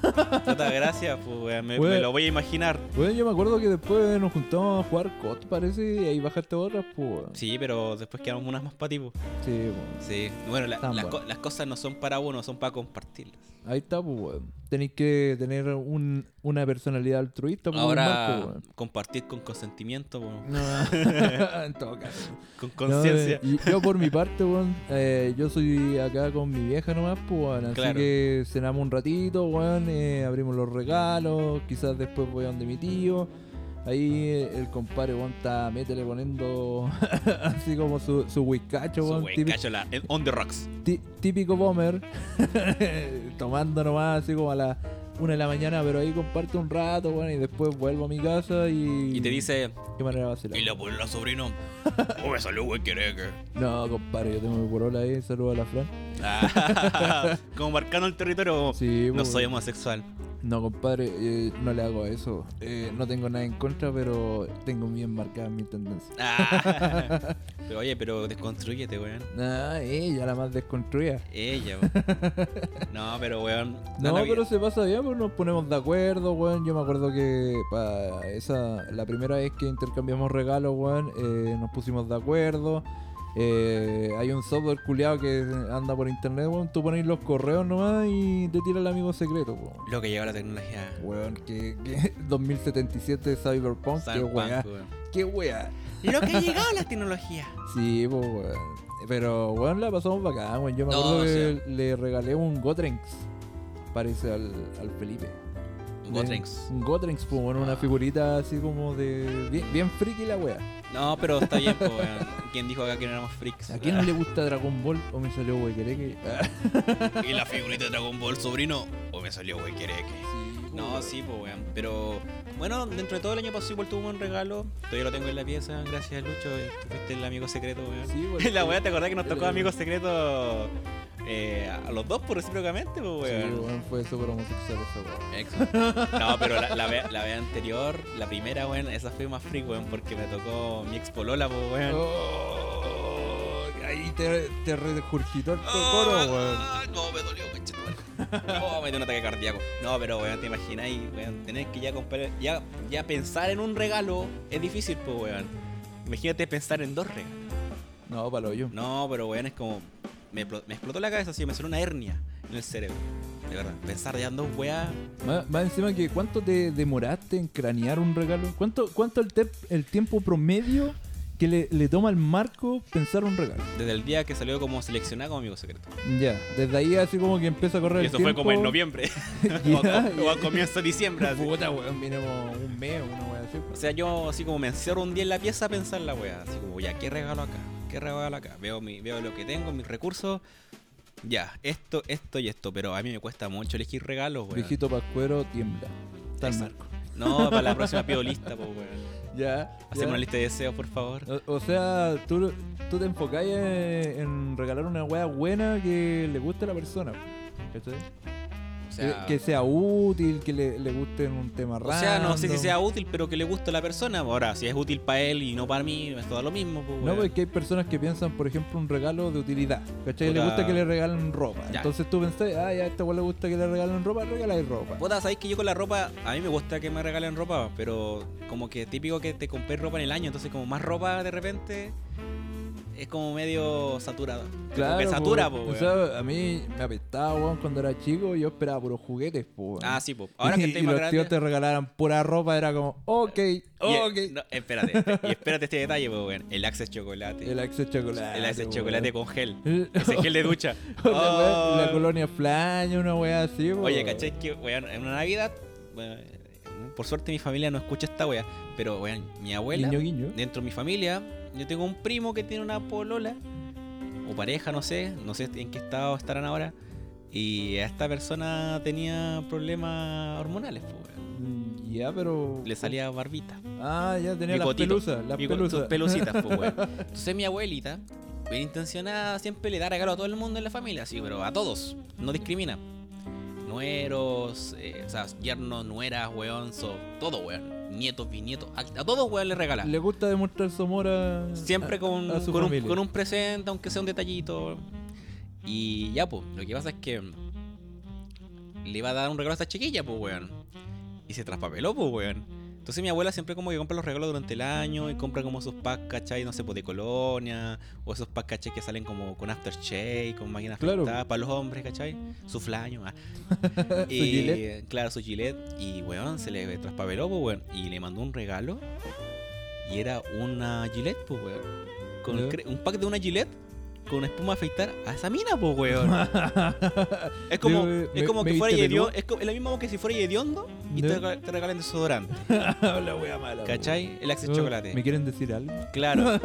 S2: Puta gracias, pues, weón. Me,
S1: Weón.
S2: me lo voy a imaginar.
S1: Bueno, yo me acuerdo que después nos juntamos a jugar COD, parece, y ahí bajaste otras, pues.
S2: Sí, pero después quedamos unas más para ti, pues.
S1: Sí, po.
S2: Sí. Bueno, la-
S1: Tan
S2: las,
S1: bueno.
S2: co- las cosas no son para uno, son para compartirlas.
S1: Ahí está, pues, weón. Tenéis que tener un, una personalidad altruista, pues,
S2: Ahora, *laughs*
S1: Marco, weón.
S2: compartir con consentimiento, weón.
S1: No, *laughs* en todo caso.
S2: con
S1: No,
S2: conciencia.
S1: eh, y- yo por mi parte, weón, eh, yo soy acá con mi vieja nomás, pues, weón, así
S2: Claro.
S1: que cenamos un ratito, weón, eh, abrimos los regalos, quizás después voy a donde mi tío. Ahí eh, el compadre, weón, está métele poniendo *laughs* así como su, su whiskacho,
S2: Su
S1: weón,
S2: wey,
S1: típico,
S2: cacho, la- el on the rocks.
S1: tí- típico bomber, *laughs* tomando nomás así como a la una de la mañana, pero ahí comparto un rato, weón, y después vuelvo a mi casa y...
S2: Y te dice,
S1: ¿Qué manera va a ser?
S2: y lo polola, sobrino. Oh, me salió, wey,
S1: *laughs*
S2: queré que.
S1: No, compadre, yo tengo mi porola ahí, saludo a la Fran.
S2: Ah, como marcando el territorio, como,
S1: Sí,
S2: no
S1: pues,
S2: soy
S1: *laughs*
S2: homosexual. *laughs*
S1: No, compadre, eh, no le hago eso. Eh, no tengo nada en contra, pero tengo bien marcada mi tendencia.
S2: Ah. pero oye, pero desconstruyete, weón.
S1: Ah, ella la más desconstruida.
S2: Ella, weón.
S1: *laughs*
S2: No, pero weón. la
S1: No,
S2: Navidad-
S1: pero se pasa bien, pues nos ponemos de acuerdo, weón. Yo me acuerdo que para esa, la primera vez que intercambiamos regalos, weón, eh, nos pusimos de acuerdo. Eh, hay un software culiado que anda por internet, weón. Tú pones los correos nomás y te tira el amigo secreto, weón.
S2: Lo que lleva la tecnología.
S1: Weón, que, que *laughs* 2077 Cyberpunk, Oh, qué
S2: Cyberpunk,
S1: weá, *laughs*
S2: weón.
S1: qué weá.
S2: Lo que ha llegado la tecnología.
S1: Sí, pues, weón. Pero, weón, la pasamos bacán, weón. Yo me
S2: No,
S1: acuerdo que
S2: sí.
S1: le regalé un Gotrenks, parece, al, al Felipe.
S2: Gotrenks.
S1: Le- Un Gotrenks, pues, weón,
S2: Ah.
S1: una figurita así como de... Bien, bien friki la weá.
S2: No, pero está bien, po, weón. ¿Quién dijo acá que no éramos freaks?
S1: ¿A quién no le gusta Dragon Ball? ¿O me salió que Ah,
S2: *laughs* ¿Y la figurita de Dragon Ball, sobrino? ¿O me salió, güey, quiere que? No, sí, pues, weón. Pero, bueno, dentro de todo el año pasado igual tuvo un buen regalo. Todavía lo tengo en la pieza, gracias, Lucho. eh, Tú fuiste el amigo secreto, weón.
S1: Sí, weón.
S2: *laughs* la weá, ¿te acordás que nos tocó
S1: El-
S2: amigo secreto eh, a los dos, por recíprocamente, pues, weón?
S1: Sí, weón, fue súper homosexual esa weá.
S2: Exo. No, pero la, la, vez, la vez anterior, la primera, weón, esa fue más freak, weón, porque me tocó mi ex polola, pues, weón.
S1: Oh, ahí te, te regurgitó el coro,
S2: Ah,
S1: weón.
S2: ah, No, me dolió, conchetumare. No, me dio un ataque cardíaco. No, pero weón, te imagináis, weón, tener que ya comprar. Ya, ya pensar en un regalo es difícil, pues weón. Imagínate pensar en dos regalos.
S1: No, palo yo.
S2: No, pero weón, es como. Me, explo- me explotó la cabeza, así, me salió una hernia en el cerebro. De verdad, pensar ya en dos weas.
S1: Más, más encima que, ¿cuánto te demoraste en cranear un regalo? ¿Cuánto, cuánto el, tep- el tiempo promedio que le, le toma al marco pensar un regalo?
S2: Desde el día que salió como seleccionado como amigo secreto.
S1: Ya, desde ahí así como que empieza a correr
S2: Y
S1: el
S2: eso
S1: tiempo.
S2: fue como en noviembre. *laughs* o, a,
S1: *laughs* Ya,
S2: o a comienzo de diciembre. así.
S1: Puta, weón, vinimos un mes o una wea así. pues.
S2: O sea, yo así como me encierro un día en la pieza a pensar la weá. Así como, ya, ¿qué regalo acá? ¿Qué regalo acá? Veo, mi, veo lo que tengo, mis recursos. Ya, esto, esto y esto. Pero a mí me cuesta mucho elegir regalos, weón.
S1: Viejito Pascuero tiembla. Está el
S2: Exacto.
S1: marco.
S2: No, para la próxima pido lista, pues, weón.
S1: Ya.
S2: Hacemos
S1: ya.
S2: una lista de deseos, por favor.
S1: O, o sea, tú, tú te enfocás en, en regalar una wea buena que le guste a la persona. ¿Cachai?
S2: O sea,
S1: que, que sea útil, que le, le guste en un tema raro.
S2: o sea, no sé si sea útil, pero que le guste a la persona. Ahora, si es útil para él y no para mí, es todo lo mismo, pues,
S1: No,
S2: weón.
S1: porque hay personas que piensan, por ejemplo, un regalo de utilidad. ¿Cachai? Le
S2: Puta.
S1: gusta que le regalen ropa.
S2: Ya.
S1: Entonces tú pensás, ah, ya a esta weá le gusta que le regalen ropa, regaláis ropa.
S2: Puta, sabéis que yo con la ropa, a mí me gusta que me regalen ropa, pero como que típico que te compré ropa en el año, entonces como más ropa de repente es como medio saturado. Como que satura,
S1: po,
S2: po,
S1: O
S2: weón.
S1: sea, a mí me apestaba, weón, cuando era chico yo esperaba puros juguetes, po. weón.
S2: Ah, sí, pues.
S1: *laughs*
S2: Ahora que
S1: y,
S2: estoy
S1: y
S2: más
S1: los
S2: grande.
S1: tíos te regalaran pura ropa, era como, ok,
S2: Y- e-
S1: ok.
S2: no, espérate, y espérate este detalle, pues, weón. El Axe chocolate.
S1: El Axe chocolate.
S2: El Axe
S1: weón.
S2: chocolate con gel. *laughs*
S1: El-
S2: Ese gel de ducha.
S1: *laughs* la, weá-
S2: Oh.
S1: *laughs* la colonia flaña, una weá así, po,
S2: Oye,
S1: weón.
S2: ¿cachai? Que, weón, en una Navidad, bueno, por suerte mi familia no escucha esta wea, pero, weón, mi abuela.
S1: Guiño, guiño.
S2: dentro de mi familia, yo tengo un primo que tiene una polola o pareja, no sé, no sé en qué estado estarán ahora. Y esta persona tenía problemas hormonales, po, weón.
S1: Mm, Ya, pero.
S2: le salía barbita,
S1: Ah, ya tenía las
S2: Bigotito.
S1: pelusas, las
S2: digo, sus
S1: pelusas.
S2: pelucitas, po,
S1: *laughs*
S2: weón. Entonces mi abuelita, bien intencionada, siempre le da regalo a todo el mundo en la familia, sí, pero a todos, no discrimina. Nueros, eh, o sea, yernos, nueras, weón, so- todo, weón. Nietos, bisnietos, a, a todos, weón, le regala.
S1: Le gusta demostrar su amor a.
S2: Siempre
S1: a-
S2: con,
S1: a su
S2: con, un,
S1: familia.
S2: con un presente, aunque sea un detallito. Y ya, pues, lo que pasa es que le iba a dar un regalo a esta chiquilla, pues, weón. Y se traspapeló, pues, weón. Entonces mi abuela siempre como que compra los regalos durante el año y compra como esos packs, ¿cachai? No sé, pues de colonia, o esos packs, ¿cachai? Que salen como con aftershave, con máquinas
S1: Claro.
S2: pintadas para los hombres, ¿cachai? Su flaño,
S1: *laughs*
S2: ah. y,
S1: Gillette.
S2: Claro, su gilet. Y, weón, se le traspapeló, pues, weón. Y le mandó un regalo y era una gilet, pues, weón. Con
S1: Ya.
S2: cre- un pack de una gilet con espuma a afeitar a esa mina, pues, weón. Es como,
S1: Digo,
S2: es
S1: me-
S2: como
S1: me
S2: que fuera
S1: viste
S2: hediondo.
S1: peludo.
S2: Es, co- es lo mismo que si fuera hediondo y
S1: Ya.
S2: te, rega- te regalen desodorante.
S1: *laughs* La wea mala.
S2: ¿Cachai? El Axe
S1: weón.
S2: Chocolate.
S1: ¿Me quieren decir algo? *laughs*
S2: Claro.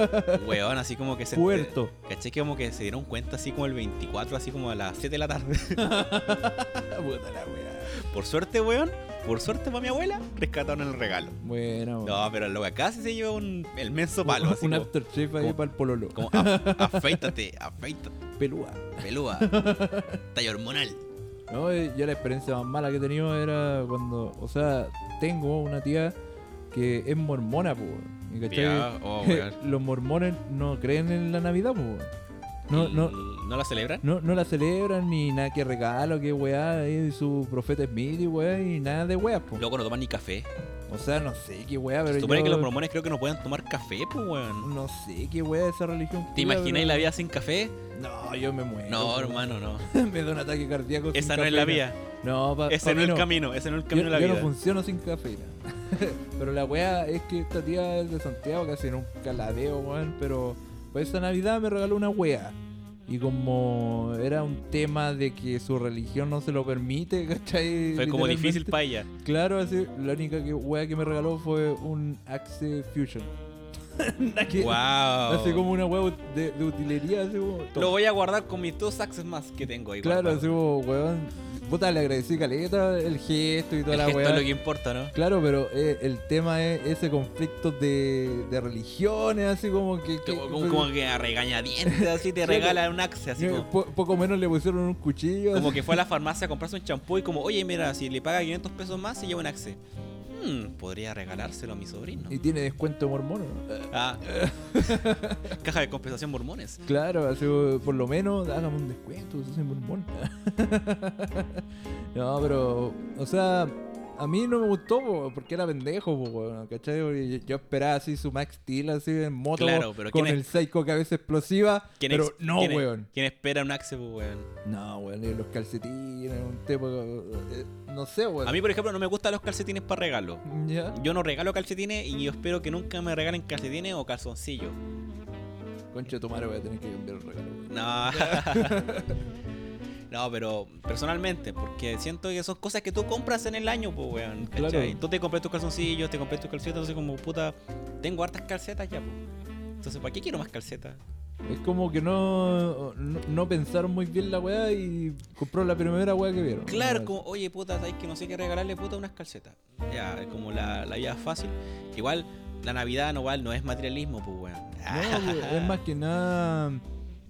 S2: Weón, así como que se.
S1: Puerto.
S2: ¿Cachai? Que como que se dieron cuenta así como el 24, así como a las 7 de la tarde. *laughs*
S1: Puta la wea.
S2: Por suerte, weón. Por suerte para mi abuela, rescataron el regalo.
S1: Bueno.
S2: No, pero lo que acá sí se lleva un inmenso palo. Así
S1: un
S2: como,
S1: aftershave ahí
S2: como-
S1: para el pololo.
S2: como, "Af- afeítate, afeítate,
S1: Pelúa. *laughs*
S2: pelúa. Talla hormonal.
S1: No, eh, yo la experiencia más mala que he tenido era cuando, o sea, tengo una tía que es mormona, pues. ¿Y cachai?
S2: Ya, oh, weón.
S1: Los mormones no creen en la Navidad, pues. *laughs* No, no,
S2: ¿No la celebran?
S1: no, no la celebran ni nada que regalo, que weá, y su profeta Smith y weá, y nada de weá, pues.
S2: Luego no toman ni café.
S1: O sea, no sé qué weá, pero
S2: Se supone
S1: yo-
S2: que los mormones creo que no pueden tomar café, pues, weón.
S1: No sé qué weá esa religión. culia,
S2: ¿Te imagináis
S1: pero-
S2: la vida sin café?
S1: No, yo me muero.
S2: No,
S1: po.
S2: hermano, no.
S1: *laughs* me da un ataque cardíaco. sin
S2: Esa no es la
S1: cafeína.
S2: vía.
S1: No, pa,
S2: Ese
S1: pa'
S2: no
S1: mí
S2: es el camino. Ese no es
S1: Yo,
S2: el camino de la
S1: yo no
S2: vida.
S1: funciono sin cafeína. *laughs* pero la weá es que esta tía es de Santiago, casi nunca la veo, weón. Pero pues esta Navidad me regaló una weá. Y como era un tema de que su religión no se lo permite, *laughs* ¿cachai?
S2: Fue como
S1: Literalmente.
S2: difícil
S1: *laughs*
S2: para ella.
S1: Claro, así, la única que, weá que me regaló fue un Axe Fusion. *laughs* Nada que- Así
S2: Wow.
S1: como una hueá de, de utilería, así como.
S2: Lo voy a guardar con mis dos axes más que tengo ahí.
S1: Claro,
S2: guardado.
S1: así como, weón. Puta, le agradecí caleta, el gesto y toda
S2: El
S1: la
S2: gesto
S1: weá.
S2: es lo que importa, ¿no?
S1: Claro, pero eh, el tema es ese conflicto de, de religiones, así como que. que-
S2: Como, como- como que a regañadientes así
S1: *laughs*
S2: te
S1: Claro.
S2: regala un axe, así
S1: eh,
S2: como.
S1: po- poco menos le pusieron un cuchillo.
S2: Como que fue a la farmacia a comprarse un champú y como, oye, mira, si le paga 500 pesos más, se lleva un axe. Hmm, podría regalárselo a mi sobrino.
S1: Y tiene descuento mormono.
S2: Ah. *laughs* Caja de compensación mormones.
S1: Claro, así, como, por lo menos hágame un descuento, soy mormón. *laughs* no, pero, o sea, a mí no me gustó po, porque era pendejo, po, weón, ¿cachai? Porque Yo, yo esperaba así su Max Steel así en moto
S2: Claro, pero
S1: con
S2: ¿quién
S1: el
S2: es-
S1: Seiko cabeza explosiva,
S2: ¿Quién
S1: pero
S2: ex-
S1: no,
S2: quién es-
S1: weón.
S2: ¿Quién espera un axe, pues, weón?
S1: No, weón, y los calcetines, un tema, eh, no sé, weón.
S2: A mí, por ejemplo, no me gustan los calcetines para regalo.
S1: Ya,
S2: Yo no regalo calcetines y yo espero que nunca me regalen calcetines o calzoncillos.
S1: concha de tu madre voy a tener que cambiar el regalo. weón.
S2: No. *laughs* no, pero personalmente, porque siento que son cosas que tú compras en el año, pues, weón. ¿cachai?
S1: Claro.
S2: Tú te compré tus calzoncillos, te compré tus calcetas, entonces como puta, tengo hartas calcetas ya, pues. Entonces, ¿para qué quiero más calcetas?
S1: Es como que no, no, no pensaron muy bien la weá y compró la primera weá que vieron.
S2: Claro,
S1: Una
S2: como, oye, puta, sabes que no sé qué regalarle, puta, unas calcetas. Ya, es como la, la vida fácil. Igual, la Navidad no, igual, no es materialismo, pues, weón.
S1: No,
S2: *laughs*
S1: pues, es más que nada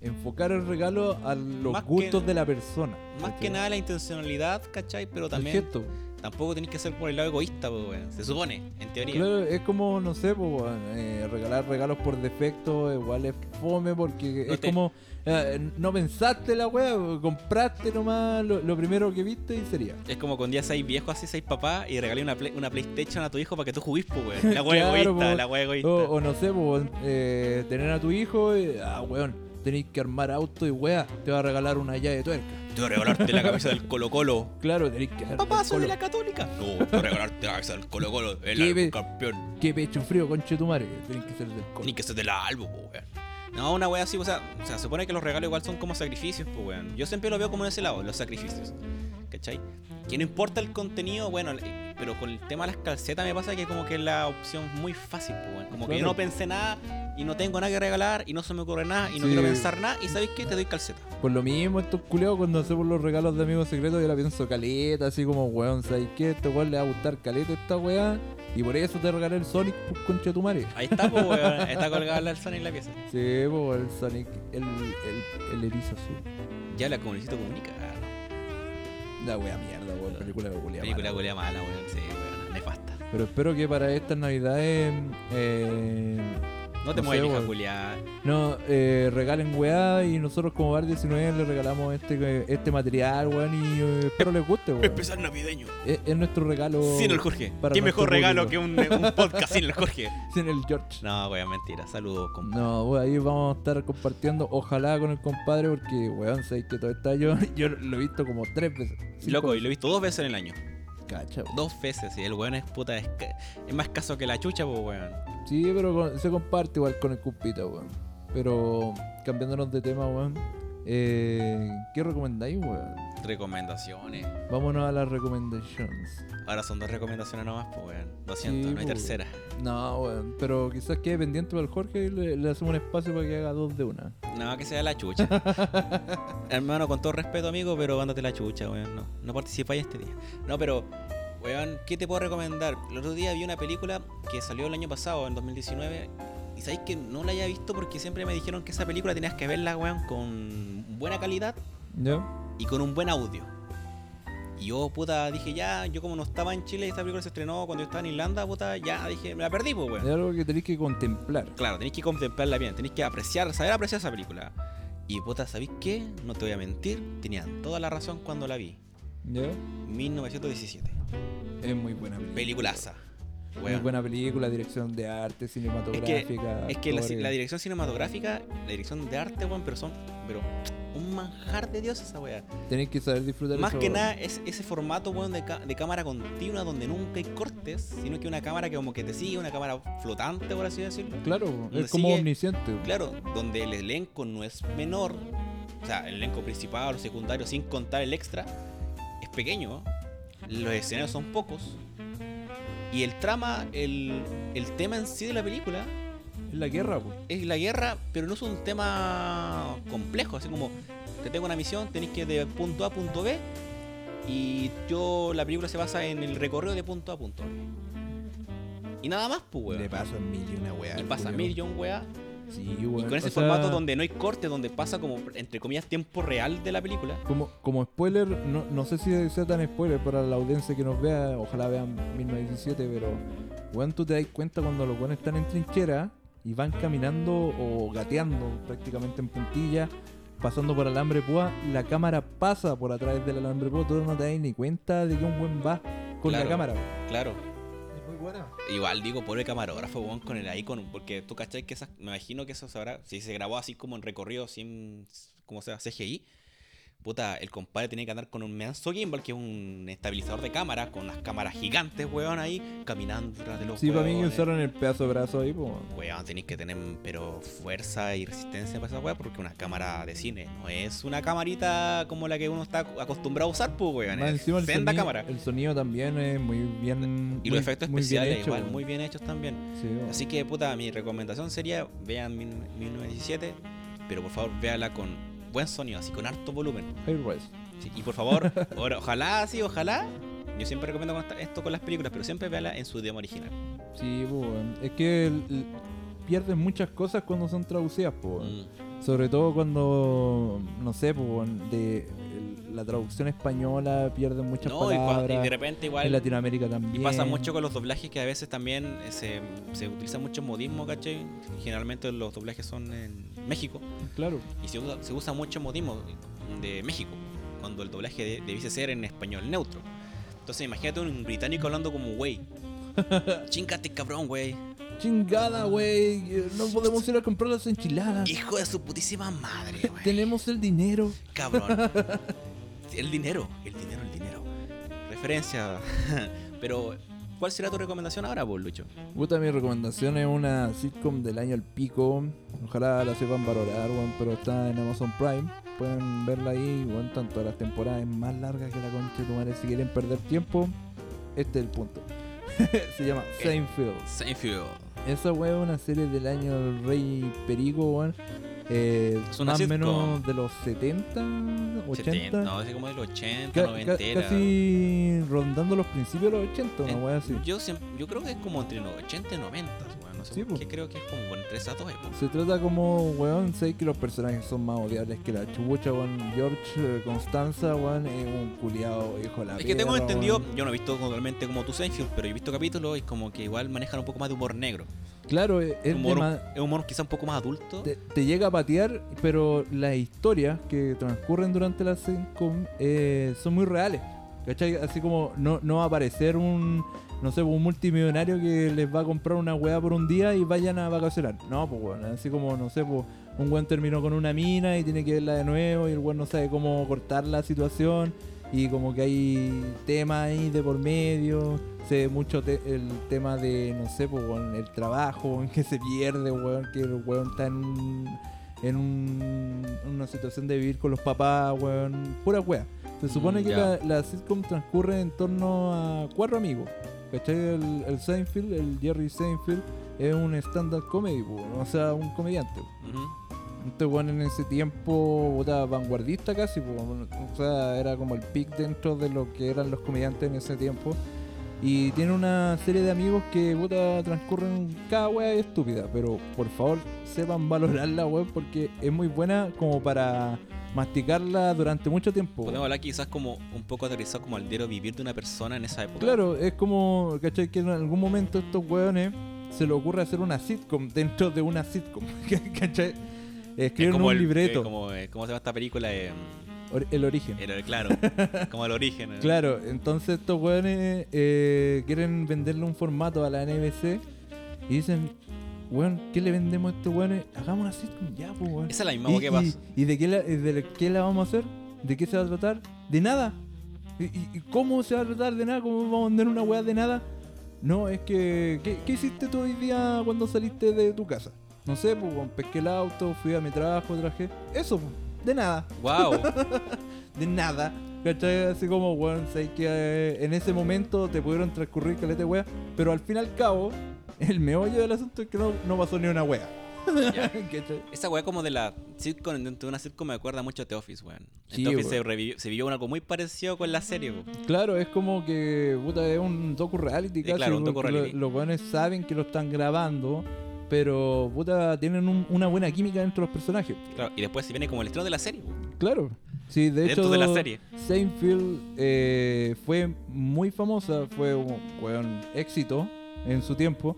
S1: enfocar el regalo a los
S2: Más que-
S1: gustos de la persona.
S2: Más que
S1: ¿cachai?
S2: nada la intencionalidad, ¿cachai? Pero
S1: El
S2: también
S1: gesto.
S2: tampoco tenés que ser por el lado egoísta, pues, weón. Se supone, en teoría.
S1: Claro, es como, no sé, pues, weón, eh, regalar regalos por defecto igual es fome porque
S2: No
S1: es
S2: te-
S1: como, eh, no pensaste la weá, compraste nomás lo, lo primero que viste y sería.
S2: Es como con día seis viejos así, seis papás, y regalé una, play- una PlayStation a tu hijo para que tú juguís, pues, weón. La wea
S1: *laughs* Claro,
S2: egoísta,
S1: po.
S2: la wea egoísta.
S1: O, o no sé, pues, weón, eh, tener a tu hijo, y, ah, weón, tenéis que armar auto y weá, te va a regalar una llave de tuerca.
S2: Te voy a regalarte la
S1: *laughs*
S2: cabeza del Colo Colo.
S1: Claro, tenéis que hacer
S2: Papá,
S1: el
S2: soy
S1: colo.
S2: de la católica. No, te voy a regalarte la cabeza del Colo Colo,
S1: Lleve-
S2: el campeón.
S1: Qué pecho frío, conche tu madre, tenéis que ser del colo.
S2: Ni que se te la albo, po, weón. No, una wea así, o sea, o sea, se supone que los regalos igual son como sacrificios, pues, weón. Yo siempre lo veo como en ese lado, los sacrificios. ¿Cachai? Que no importa el contenido, bueno, eh, pero con el tema de las calcetas me pasa que como que es la opción muy fácil, pues, weón. Como que yo
S1: Claro.
S2: no pensé nada y no tengo nada que regalar y no se me ocurre nada y no
S1: Sí.
S2: quiero pensar nada y ¿sabéis qué? Te doy calceta.
S1: Por lo mismo, estos culeos cuando hacemos los regalos de amigos secretos, yo la pienso caleta, así como, weón, ¿sabes qué? Este weón le va a gustar caleta a esta weá. Y por eso te regalé el Sonic, pues, concha tu madre.
S2: Ahí está, pues, weón. Está colgada la alzana en la pieza.
S1: Sí, pues, el Sonic, el, el, el erizo azul.
S2: Ya la comunicito comunica. Ah, no.
S1: La weá mierda, weón, película de culiao
S2: Película
S1: mala.
S2: culea mala, weón. Sí, weón. Nefasta.
S1: Pero espero que para estas navidades eh,
S2: No te
S1: No
S2: mueves,
S1: sé,
S2: hija
S1: weón.
S2: culiá.
S1: No, eh, regalen weá y nosotros como Bar 19 le regalamos este, este material, weón, y eh, espero les guste, weón.
S2: *laughs* Especial navideño.
S1: Es, es nuestro regalo.
S2: Sin el Jorge.
S1: para
S2: ¿Qué
S1: nuestro
S2: mejor regalo que
S1: público. *laughs*
S2: un, un podcast sin el Jorge?
S1: Sin el George.
S2: No, weón, mentira. Saludos, compa.
S1: No, weón, ahí vamos a estar compartiendo, ojalá con el compadre, porque, weón, sabéis que todo está yo. *laughs* Yo lo he visto como tres veces. cinco
S2: Loco, y
S1: veces.
S2: lo he visto dos veces en el año.
S1: Cacha, weón.
S2: Dos veces, y el weón es puta. Es, ca- es más caso que la chucha, pues weón.
S1: Sí, pero con- se comparte igual con el cupita, weón. Pero cambiándonos de tema, weón. eh, ¿Qué recomendáis, weón?
S2: Recomendaciones.
S1: Vámonos a las recommendations.
S2: Ahora son dos recomendaciones nomás, pues weón. Lo siento,
S1: Sí, pues.
S2: no hay
S1: po,
S2: tercera.
S1: No, weón, pero quizás quede pendiente para el Jorge y le, le hacemos un espacio para que haga dos de una.
S2: No, que sea la chucha. Hermano, con todo respeto, amigo, pero ándate la chucha, weón. No, no participáis este día. No, pero, weón, ¿qué te puedo recomendar? El otro día vi una película que salió el año pasado, en 2019. Y sabéis que no la haya visto porque siempre me dijeron que esa película tenías que verla, weón, con buena calidad
S1: ¿Ya?
S2: y con un buen audio. Y yo, puta, dije ya, yo como no estaba en Chile y esta película se estrenó cuando yo estaba en Irlanda, puta, ya dije, me la perdí, pues, weón.
S1: Es algo que tenéis que contemplar.
S2: Claro, tenéis que contemplarla bien, tenéis que apreciar, saber apreciar esa película. Y puta, ¿sabéis qué? No te voy a mentir, tenían toda la razón cuando la vi.
S1: ¿Ya?
S2: 1917.
S1: Es muy buena película.
S2: Peliculaza.
S1: Muy
S2: Weón.
S1: buena película, dirección de arte, cinematográfica.
S2: Es que la,
S1: actores.
S2: la dirección cinematográfica, la dirección de arte, weón, pero son. Pero un manjar de Dios esa weá.
S1: Tenéis que saber disfrutar
S2: Más
S1: eso,
S2: que
S1: weón.
S2: nada es ese formato weón, de, ca- de cámara continua donde nunca hay cortes, sino que una cámara que como que te sigue, una cámara flotante, por así decirlo.
S1: Claro, weón,
S2: Donde
S1: es como
S2: sigue-
S1: omnisciente. weón.
S2: Claro, donde el elenco no es menor, o sea, el elenco principal, los secundarios, sin contar el extra, es pequeño, los escenarios son pocos, y el trama, el, el tema en sí de la película
S1: Es la guerra, pues. weón.
S2: es la guerra, pero no es un tema complejo, así como te tengo una misión, tenéis que ir de punto A a punto B, y yo la película se basa en el recorrido de punto A a punto B. Y nada más, pues, weón.
S1: Le pasan mil y una weá.
S2: Y
S1: al
S2: pasa
S1: culiao.
S2: mil y un weá.
S1: Sí,
S2: Y
S1: weón,
S2: con ese
S1: o sea,
S2: formato donde no hay corte, donde pasa como, entre comillas, tiempo real de la película.
S1: Como, como spoiler, no, no sé si sea tan spoiler para la audiencia que nos vea, ojalá vean 1917, pero weón, tú te das cuenta cuando los weones están en trinchera y van caminando o gateando prácticamente en puntilla, pasando por alambre púa, la cámara pasa por atrás del alambre púa, tú no te das ni cuenta de que un buen va con
S2: Claro.
S1: la cámara.
S2: Claro.
S4: Es muy buena.
S2: Igual digo, pobre camarógrafo, weón, con el icon, porque tú cachai que esas, me imagino que eso se habrá, si se grabó así como en recorrido, sin, como sea, CGI, puta, el compadre tenía que andar con un manso gimbal, que es un estabilizador de cámara, con las cámaras gigantes, weón, ahí, caminando detrás de los
S1: Sí, para mí
S2: weones.
S1: usaron el pedazo de brazo ahí, pues.
S2: Weón, tenéis que tener, pero fuerza y resistencia para esa weá, porque una cámara de cine no es una camarita como la que uno está acostumbrado a usar, pues, weón.
S1: Más
S2: es
S1: encima el
S2: senda
S1: sonido,
S2: cámara.
S1: el sonido también es muy bien. muy-
S2: Y los efectos
S1: muy bien
S2: especiales,
S1: hecho,
S2: igual,
S1: weón.
S2: muy bien hechos también.
S1: Sí, weón.
S2: Así que, puta, mi recomendación sería: vean 1917, pero por favor, véala con buen sonido, así con harto volumen.
S1: Hellraiser.
S2: Sí, y por
S1: *laughs*
S2: favor, ahora, ojalá, sí, ojalá. Yo siempre recomiendo con esta- esto con las películas, pero siempre véala en su idioma original.
S1: Sí, po, weón. es que el- el- pierden muchas cosas cuando son traducidas, po, weón.
S2: Mm.
S1: sobre todo cuando, no sé, po, weón, de el- la traducción española pierden muchas
S2: No, y, cua-
S1: palabras.
S2: y de repente, igual.
S1: en Latinoamérica
S2: Y
S1: también.
S2: pasa mucho con los doblajes que a veces también eh, se, se utiliza mucho modismo, ¿cachai? Generalmente los doblajes son en México
S1: Claro,
S2: y se usa, se usa mucho modismo de México cuando el doblaje de- debiese ser en español neutro. Entonces imagínate un británico hablando como güey. Chingate cabrón, güey.
S1: chingada, güey. eh, No podemos ir a comprar las enchiladas.
S2: Hijo de su putísima madre, güey.
S1: Tenemos el dinero.
S2: Cabrón. El dinero, el dinero, el dinero. Referencia. *laughs* Pero, ¿cuál será tu recomendación ahora, vos, Lucho?
S1: Puta, mi recomendación es una sitcom del año El Pico. Ojalá la sepan valorar, weón, pero está en Amazon Prime. Pueden verla ahí, weón, tanto las temporadas más largas que la concha de tu madre. Si quieren perder tiempo, este es el punto. *laughs* Se llama Seinfeld.
S2: Seinfeld.
S1: Esa weón es una serie del año del Rey Perico, weón. Eh,
S2: Es una
S1: más o
S2: sitcom.
S1: menos de los 70, 80.
S2: 70, no, así como del 80,
S1: Ca- ca-
S2: 90. era.
S1: casi rondando los principios de los 80, una
S2: En-
S1: weón así.
S2: Yo, siem- yo creo que es como entre los 80 y 90, weón. No sé
S1: Sí,
S2: por
S1: po.
S2: qué creo que es como entre esas dos épocas.
S1: Se trata como, weón, sé que los personajes son más odiables que la chubucha, weón. George eh, Constanza, weón, es un culiado, hijo de la
S2: Es que tengo
S1: perra,
S2: entendido,
S1: weón.
S2: yo no he visto totalmente como tu Seinfeld, pero he visto capítulos y como que igual manejan un poco más de humor negro.
S1: Claro, eh, es, es
S2: humor,
S1: dema-
S2: es humor quizá un poco más adulto.
S1: te, te llega a patear, pero las historias que transcurren durante la sitcom eh, son muy reales. ¿Cachai? Así como no, no va a aparecer un, no sé, un multimillonario que les va a comprar una weá por un día y vayan a vacacionar. No, pues bueno, así como, no sé, pues un weón terminó con una mina y tiene que verla de nuevo y el weón no sabe cómo cortar la situación y como que hay temas ahí de por medio. Sé mucho te- el tema de, no sé, pues, weón, el trabajo, en que se pierde, weón, que el weón está en, un- en un- una situación de vivir con los papás, weón, pura wea. Se supone
S2: Mm,
S1: que
S2: ya.
S1: la, la sitcom transcurre en torno a cuatro amigos. ¿Cachai? El, el Seinfeld, el Jerry Seinfeld, es un stand-up comedy, po, o sea, un comediante.
S2: Ujú.
S1: Este weón en ese tiempo puta, vanguardista casi, po, o sea, era como el pick dentro de lo que eran los comediantes en ese tiempo. Y tiene una serie de amigos que puta, transcurren cada wea estúpida, pero por favor sepan valorar la web porque es muy buena como para masticarla durante mucho tiempo.
S2: Podemos hablar quizás como un poco aterrizado como al diario vivir de una persona en esa época.
S1: Claro, es como, ¿cachai? Que en algún momento a estos weones se les ocurre hacer una sitcom dentro de una sitcom, *laughs* ¿cachai?
S2: Es
S1: Escriben
S2: como
S1: un
S2: el-
S1: libreto,
S2: eh, como, eh, ¿Cómo se llama esta película? Eh,
S1: or- el origen.
S2: el-
S1: *laughs*
S2: claro, como el origen. eh.
S1: Claro, entonces estos weones eh, quieren venderle un formato a la NBC y dicen, weón, ¿qué le vendemos a estos weones? Hagamos una sitcom ya, pues weón.
S2: Esa es la misma
S1: ¿Y,
S2: que
S1: y-
S2: pasa.
S1: y de, qué la, y de qué la vamos a hacer? ¿De qué se va a tratar? ¿De nada? ¿Y, y- y cómo se va a tratar de nada? ¿Cómo vamos a vender una weá de nada? No, es que. ¿Qué, qué hiciste tú hoy día cuando saliste de tu casa? No sé, pues weón, pesqué el auto, fui a mi trabajo, traje. Eso, pues, de nada
S2: Wow.
S1: *laughs* de nada. ¿Cachai? Así como, weón, sé que eh, en ese momento te pudieron transcurrir caleta de wea, pero al fin y al cabo, el meollo del asunto es que no, no pasó ni una wea. *laughs*
S2: Ya.
S1: ¿Cachai?
S2: Esa weá como de la sitcom, dentro de una sitcom me acuerda mucho a The Office, weón. En
S1: Sí,
S2: The Office se,
S1: weón.
S2: revivió, se vivió algo muy parecido con la serie, weón.
S1: Claro, es como que, puta, es un docu reality
S2: Sí,
S1: casi.
S2: Eh, claro, un
S1: porque
S2: docu-reality.
S1: lo- los weones saben que lo están grabando, pero, puta, tienen un- una buena química entre los personajes.
S2: Claro, y después se viene como el estreno de la serie, weón.
S1: Claro. Sí, de
S2: Dentro
S1: hecho,
S2: de la serie.
S1: Seinfeld eh, fue muy famosa, fue un weón, éxito en su tiempo,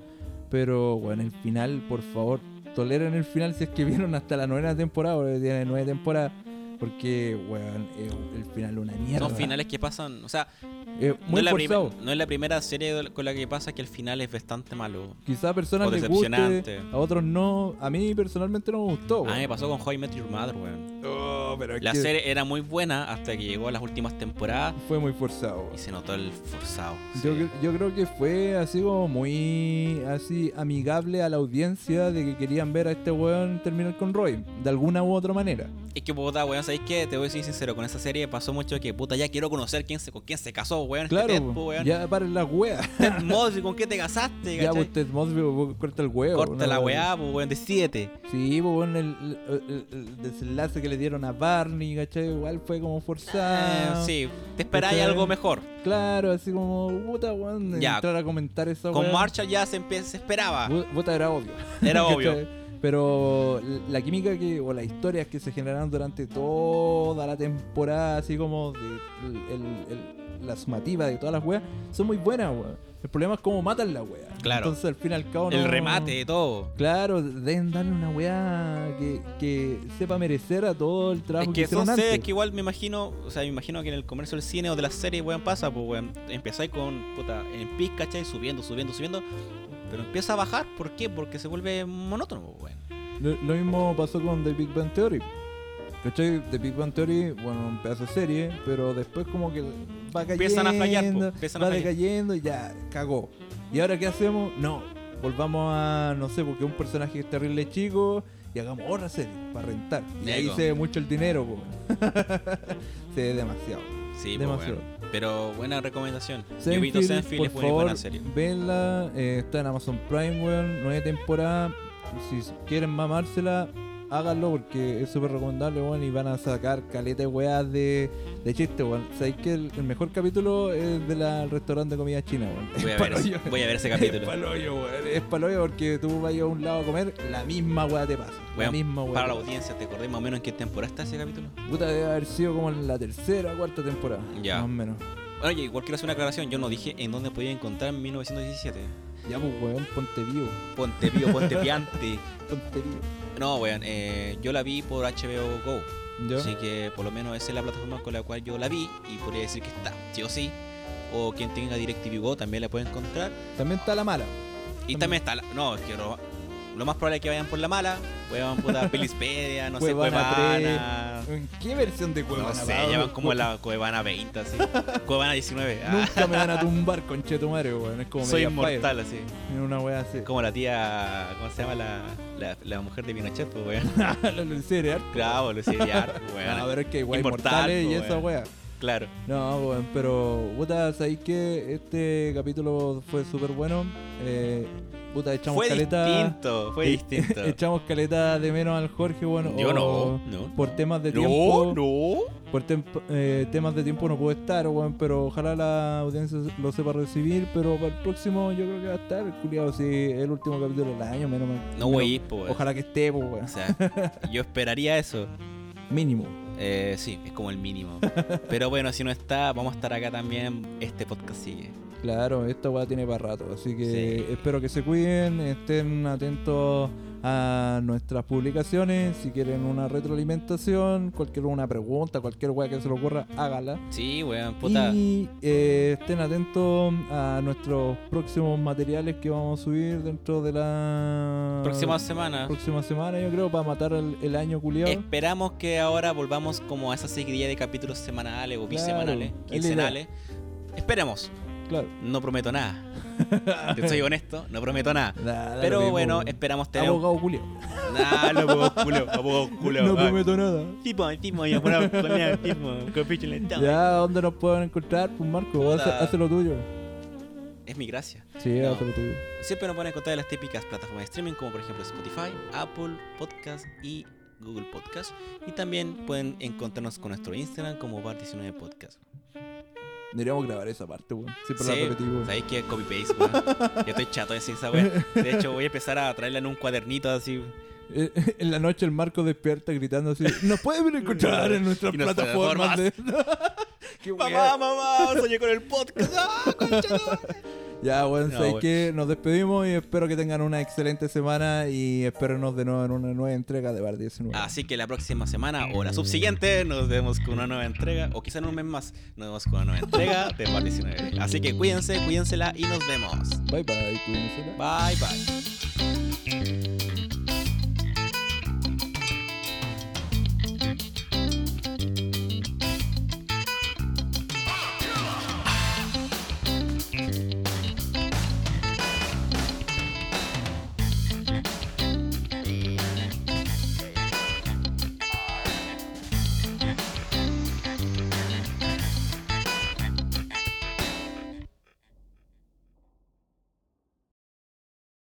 S1: pero bueno, el final, por favor, toleren el final si es que *laughs* vieron hasta la novena temporada, porque tiene nueve temporadas, porque weón, es el final es una mierda.
S2: Son finales que pasan, o sea,
S1: Eh,
S2: no
S1: muy
S2: es, la prim-
S1: forzado.
S2: no es la primera serie de- con la que pasa que el final es bastante malo.
S1: Quizá a personas
S2: o
S1: les guste,
S2: decepcionante.
S1: a otros no. A mí personalmente no me gustó.
S2: A mí me
S1: weón.
S2: pasó con How I Met Your Mother, weón.
S1: Oh, pero es
S2: La
S1: que
S2: serie era muy buena hasta que llegó a las últimas temporadas
S1: fue muy forzado. weón.
S2: y se notó el forzado.
S1: Yo,
S2: sí.
S1: cre- yo creo que fue así como muy así amigable a la audiencia de que querían ver a este weón terminar con Roy, de alguna u otra
S2: *laughs*
S1: manera.
S2: Es que puta, weón, ¿sabéis qué? Te voy a ser sincero, con esa serie pasó mucho que puta, ya quiero conocer quién se, con quién se casó, weón. este
S1: Claro,
S2: Ted, po,
S1: po,
S2: *laughs* weón.
S1: ya paren las weas.
S2: Ted Mosby, ¿con qué te casaste?
S1: *laughs* Ya,
S2: cachai?
S1: pues Ted Mosby po, corta el huevo.
S2: Corta
S1: ¿no?
S2: la weá, pues weón, de 7.
S1: Sí, pues bueno, el, el- el desenlace que le dieron a Barney, ¿cachai? Igual fue como forzado.
S2: Eh, sí, te esperáis
S1: Ah, ¿cachai?
S2: algo mejor.
S1: Claro, así como, puta, weón,
S2: Ya.
S1: entrar a comentar esa
S2: Con
S1: wea.
S2: Marshall ya se, empe- se esperaba.
S1: Bu- Puta, era obvio.
S2: *laughs* Era
S1: ¿Cachai?
S2: obvio.
S1: Pero la química que, o las historias que se generaron durante toda la temporada, así como de, el- el- el- la sumativa de todas las weas, son muy buenas, weón. El problema es cómo matan la wea.
S2: Claro.
S1: Entonces al fin y al cabo
S2: El
S1: no-
S2: remate de todo.
S1: Claro, deben darle una wea que, que sepa merecer a todo el
S2: Es
S1: trabajo que,
S2: que
S1: hicieron
S2: son series
S1: antes.
S2: que igual me imagino, o sea, me imagino que en el comercio del cine o de las series, weón, pasa, pues weón, empezáis con, puta, en pis, ¿cachai? Subiendo, subiendo, subiendo, pero empieza a bajar, ¿por qué? Porque se vuelve monótono, pues, weón.
S1: Lo, lo mismo pasó con The Big Bang Theory. ¿Cachai? The Big Bang Theory, bueno, un pedazo de serie, pero después como que va cayendo,
S2: Empiezan a fallar, po, empiezan a
S1: va
S2: fallar.
S1: decayendo y ya, cagó. ¿Y ahora qué hacemos? No, volvamos a, no sé, porque un personaje es terrible chico y hagamos otra serie para rentar. Y ahí
S2: Nego.
S1: se ve mucho el dinero, po. *laughs* se ve demasiado.
S2: Sí, pues,
S1: demasiado.
S2: weón. Pero buena recomendación. Yo vi
S1: Seinfeld,
S2: Seinfeld,
S1: por
S2: es buena,
S1: favor, *laughs*
S2: buena serie.
S1: Venla, eh, está en Amazon Prime, weón, nueve temporadas. Si quieren mamársela, háganlo porque es súper recomendable, weón, y van a sacar caleta de weas de, de chiste, weón. Sabéis que el, el mejor capítulo es del restaurante de comida china, weón.
S2: Voy a,
S1: Es
S2: ver,
S1: paloyo.
S2: ese- voy a ver ese
S1: Es *laughs*
S2: capítulo.
S1: paloyo, weón. Es paloyo porque tú vas a un lado a comer, la misma wea te pasa. la
S2: Weón,
S1: misma wea.
S2: Para
S1: te
S2: la
S1: pasa.
S2: audiencia, ¿te acordás más o menos en qué temporada está ese capítulo?
S1: Puta, debe haber sido como en la tercera o cuarta temporada.
S2: Ya.
S1: Más o menos.
S2: Bueno, yo igual quiero hacer una aclaración. Yo no dije en dónde podía encontrar 1917.
S1: Ya, pues, weón, ponte vivo.
S2: Ponte
S1: *laughs*
S2: pío, ponte piante.
S1: Ponte vivo.
S2: No, weón, eh, yo la vi por HBO Go.
S1: ¿Ya?
S2: Así que por lo menos esa es la plataforma con la cual yo la vi y podría decir que está, sí o sí. O quien tenga DirecTV Go también la puede encontrar.
S1: También está la mala.
S2: Y también está la... No, es que ro- lo más probable es que vayan por la mala. Weón,
S1: *laughs*
S2: puta, Pelispedia, no sé,
S1: Cuevana
S2: Cuevana...
S1: ¿En qué versión de Cuevana?
S2: No sé,
S1: va?
S2: llevan como la Cuevana
S1: *laughs*
S2: 20, así. Cuevana 19. ah,
S1: Nunca me van a tumbar, conchetumare, weón. Es como
S2: soy
S1: Media Fire.
S2: inmortal, así.
S1: Era una weá así.
S2: Como la tía... ¿Cómo se llama? La, la, la mujer de Pinochet, pues, weón.
S1: *laughs*
S2: *laughs*
S1: Lo lo hicieron, ¿eh?
S2: Claro, Lucía Villar, pues, weón.
S1: A ver, es que igual
S2: Inmortal,
S1: inmortales y
S2: po,
S1: esa
S2: weón.
S1: weá.
S2: Claro.
S1: No, weón, pero, puta, ¿sabéis que este capítulo fue súper bueno? Eh, puta, echamos
S2: Fue
S1: caleta.
S2: distinto, fue
S1: *laughs*
S2: distinto.
S1: echamos caleta de menos al Jorge, bueno.
S2: Yo
S1: o-
S2: no, no.
S1: Por temas de tiempo.
S2: No, no.
S1: Por tem- eh, temas de tiempo no puedo estar, weón, pero ojalá la audiencia lo sepa recibir. Pero para el próximo yo creo que va a estar, culiado, si es el último capítulo del año, menos mal.
S2: No,
S1: weón.
S2: güey, pues.
S1: Ojalá que esté, pues, weón.
S2: O sea, yo esperaría eso.
S1: Mínimo.
S2: Eh, sí, es como el
S1: *laughs*
S2: mínimo. Pero bueno, si no está, vamos a estar acá también. Este podcast sigue.
S1: Claro, esta weá tiene para rato, así que
S2: Sí.
S1: espero que se cuiden, estén atentos a nuestras publicaciones, si quieren una retroalimentación, cualquier una pregunta, cualquier weá que se les ocurra, hágala.
S2: Sí, weón, puta.
S1: Y eh, estén atentos a nuestros próximos materiales que vamos a subir dentro de la
S2: Próxima semana.
S1: próxima semana, yo creo, para matar el, el año culiado.
S2: Esperamos que ahora volvamos como a esa seguidilla de capítulos semanales o bisemanales,
S1: es la idea.
S2: quincenales. Esperemos.
S1: Claro.
S2: No prometo nada. *laughs* Te soy honesto, no prometo nada.
S1: Da- da lo
S2: Pero
S1: mismo,
S2: bueno, eh,
S1: weón.
S2: esperamos tener. un-
S1: abogado culiado.
S2: Nah, no puedo, culo, no puedo, culo.
S1: No
S2: Ay.
S1: prometo nada.
S2: Tipo, tipo, yo fuera con el tipo, capítulo entero.
S1: Ya, ¿dónde nos pueden encontrar? Pues Marco, hace,
S2: eh. Puta.
S1: hace lo tuyo.
S2: Es mi gracia.
S1: Sí,
S2: No.
S1: hace lo tuyo.
S2: Siempre nos pueden encontrar en las típicas plataformas de streaming como por ejemplo Spotify, Apple Podcast y Google Podcast. Y también pueden encontrarnos con nuestro Instagram como Bar19 Podcast.
S1: Deberíamos grabar esa parte, weón. Siempre la
S2: Sí,
S1: repetimos.
S2: ¿Sabéis que copy paste, weón? Yo estoy chato de decir esa weá. De hecho, voy a empezar a traerla en un cuadernito así.
S1: Eh, *laughs* En la noche el Marco despierta gritando así. Nos pueden *laughs* encontrar en nuestras
S2: Y nuestras
S1: plataformas. de- Qué
S2: ¡Mamá,
S1: weá.
S2: mamá! Soñé con el podcast. ¡Ah, concha de-
S1: Ya, weón,
S2: No,
S1: sabéis
S2: weón.
S1: que nos despedimos y espero que tengan una excelente semana y espérenos de nuevo en una nueva entrega de Bar 19.
S2: Así que la próxima semana o la subsiguiente nos vemos con una nueva entrega, o quizá en un mes más nos vemos con una nueva entrega de Bar 19. Así que cuídense, cuídensela y nos vemos.
S1: Bye bye, cuídense.
S2: Bye bye.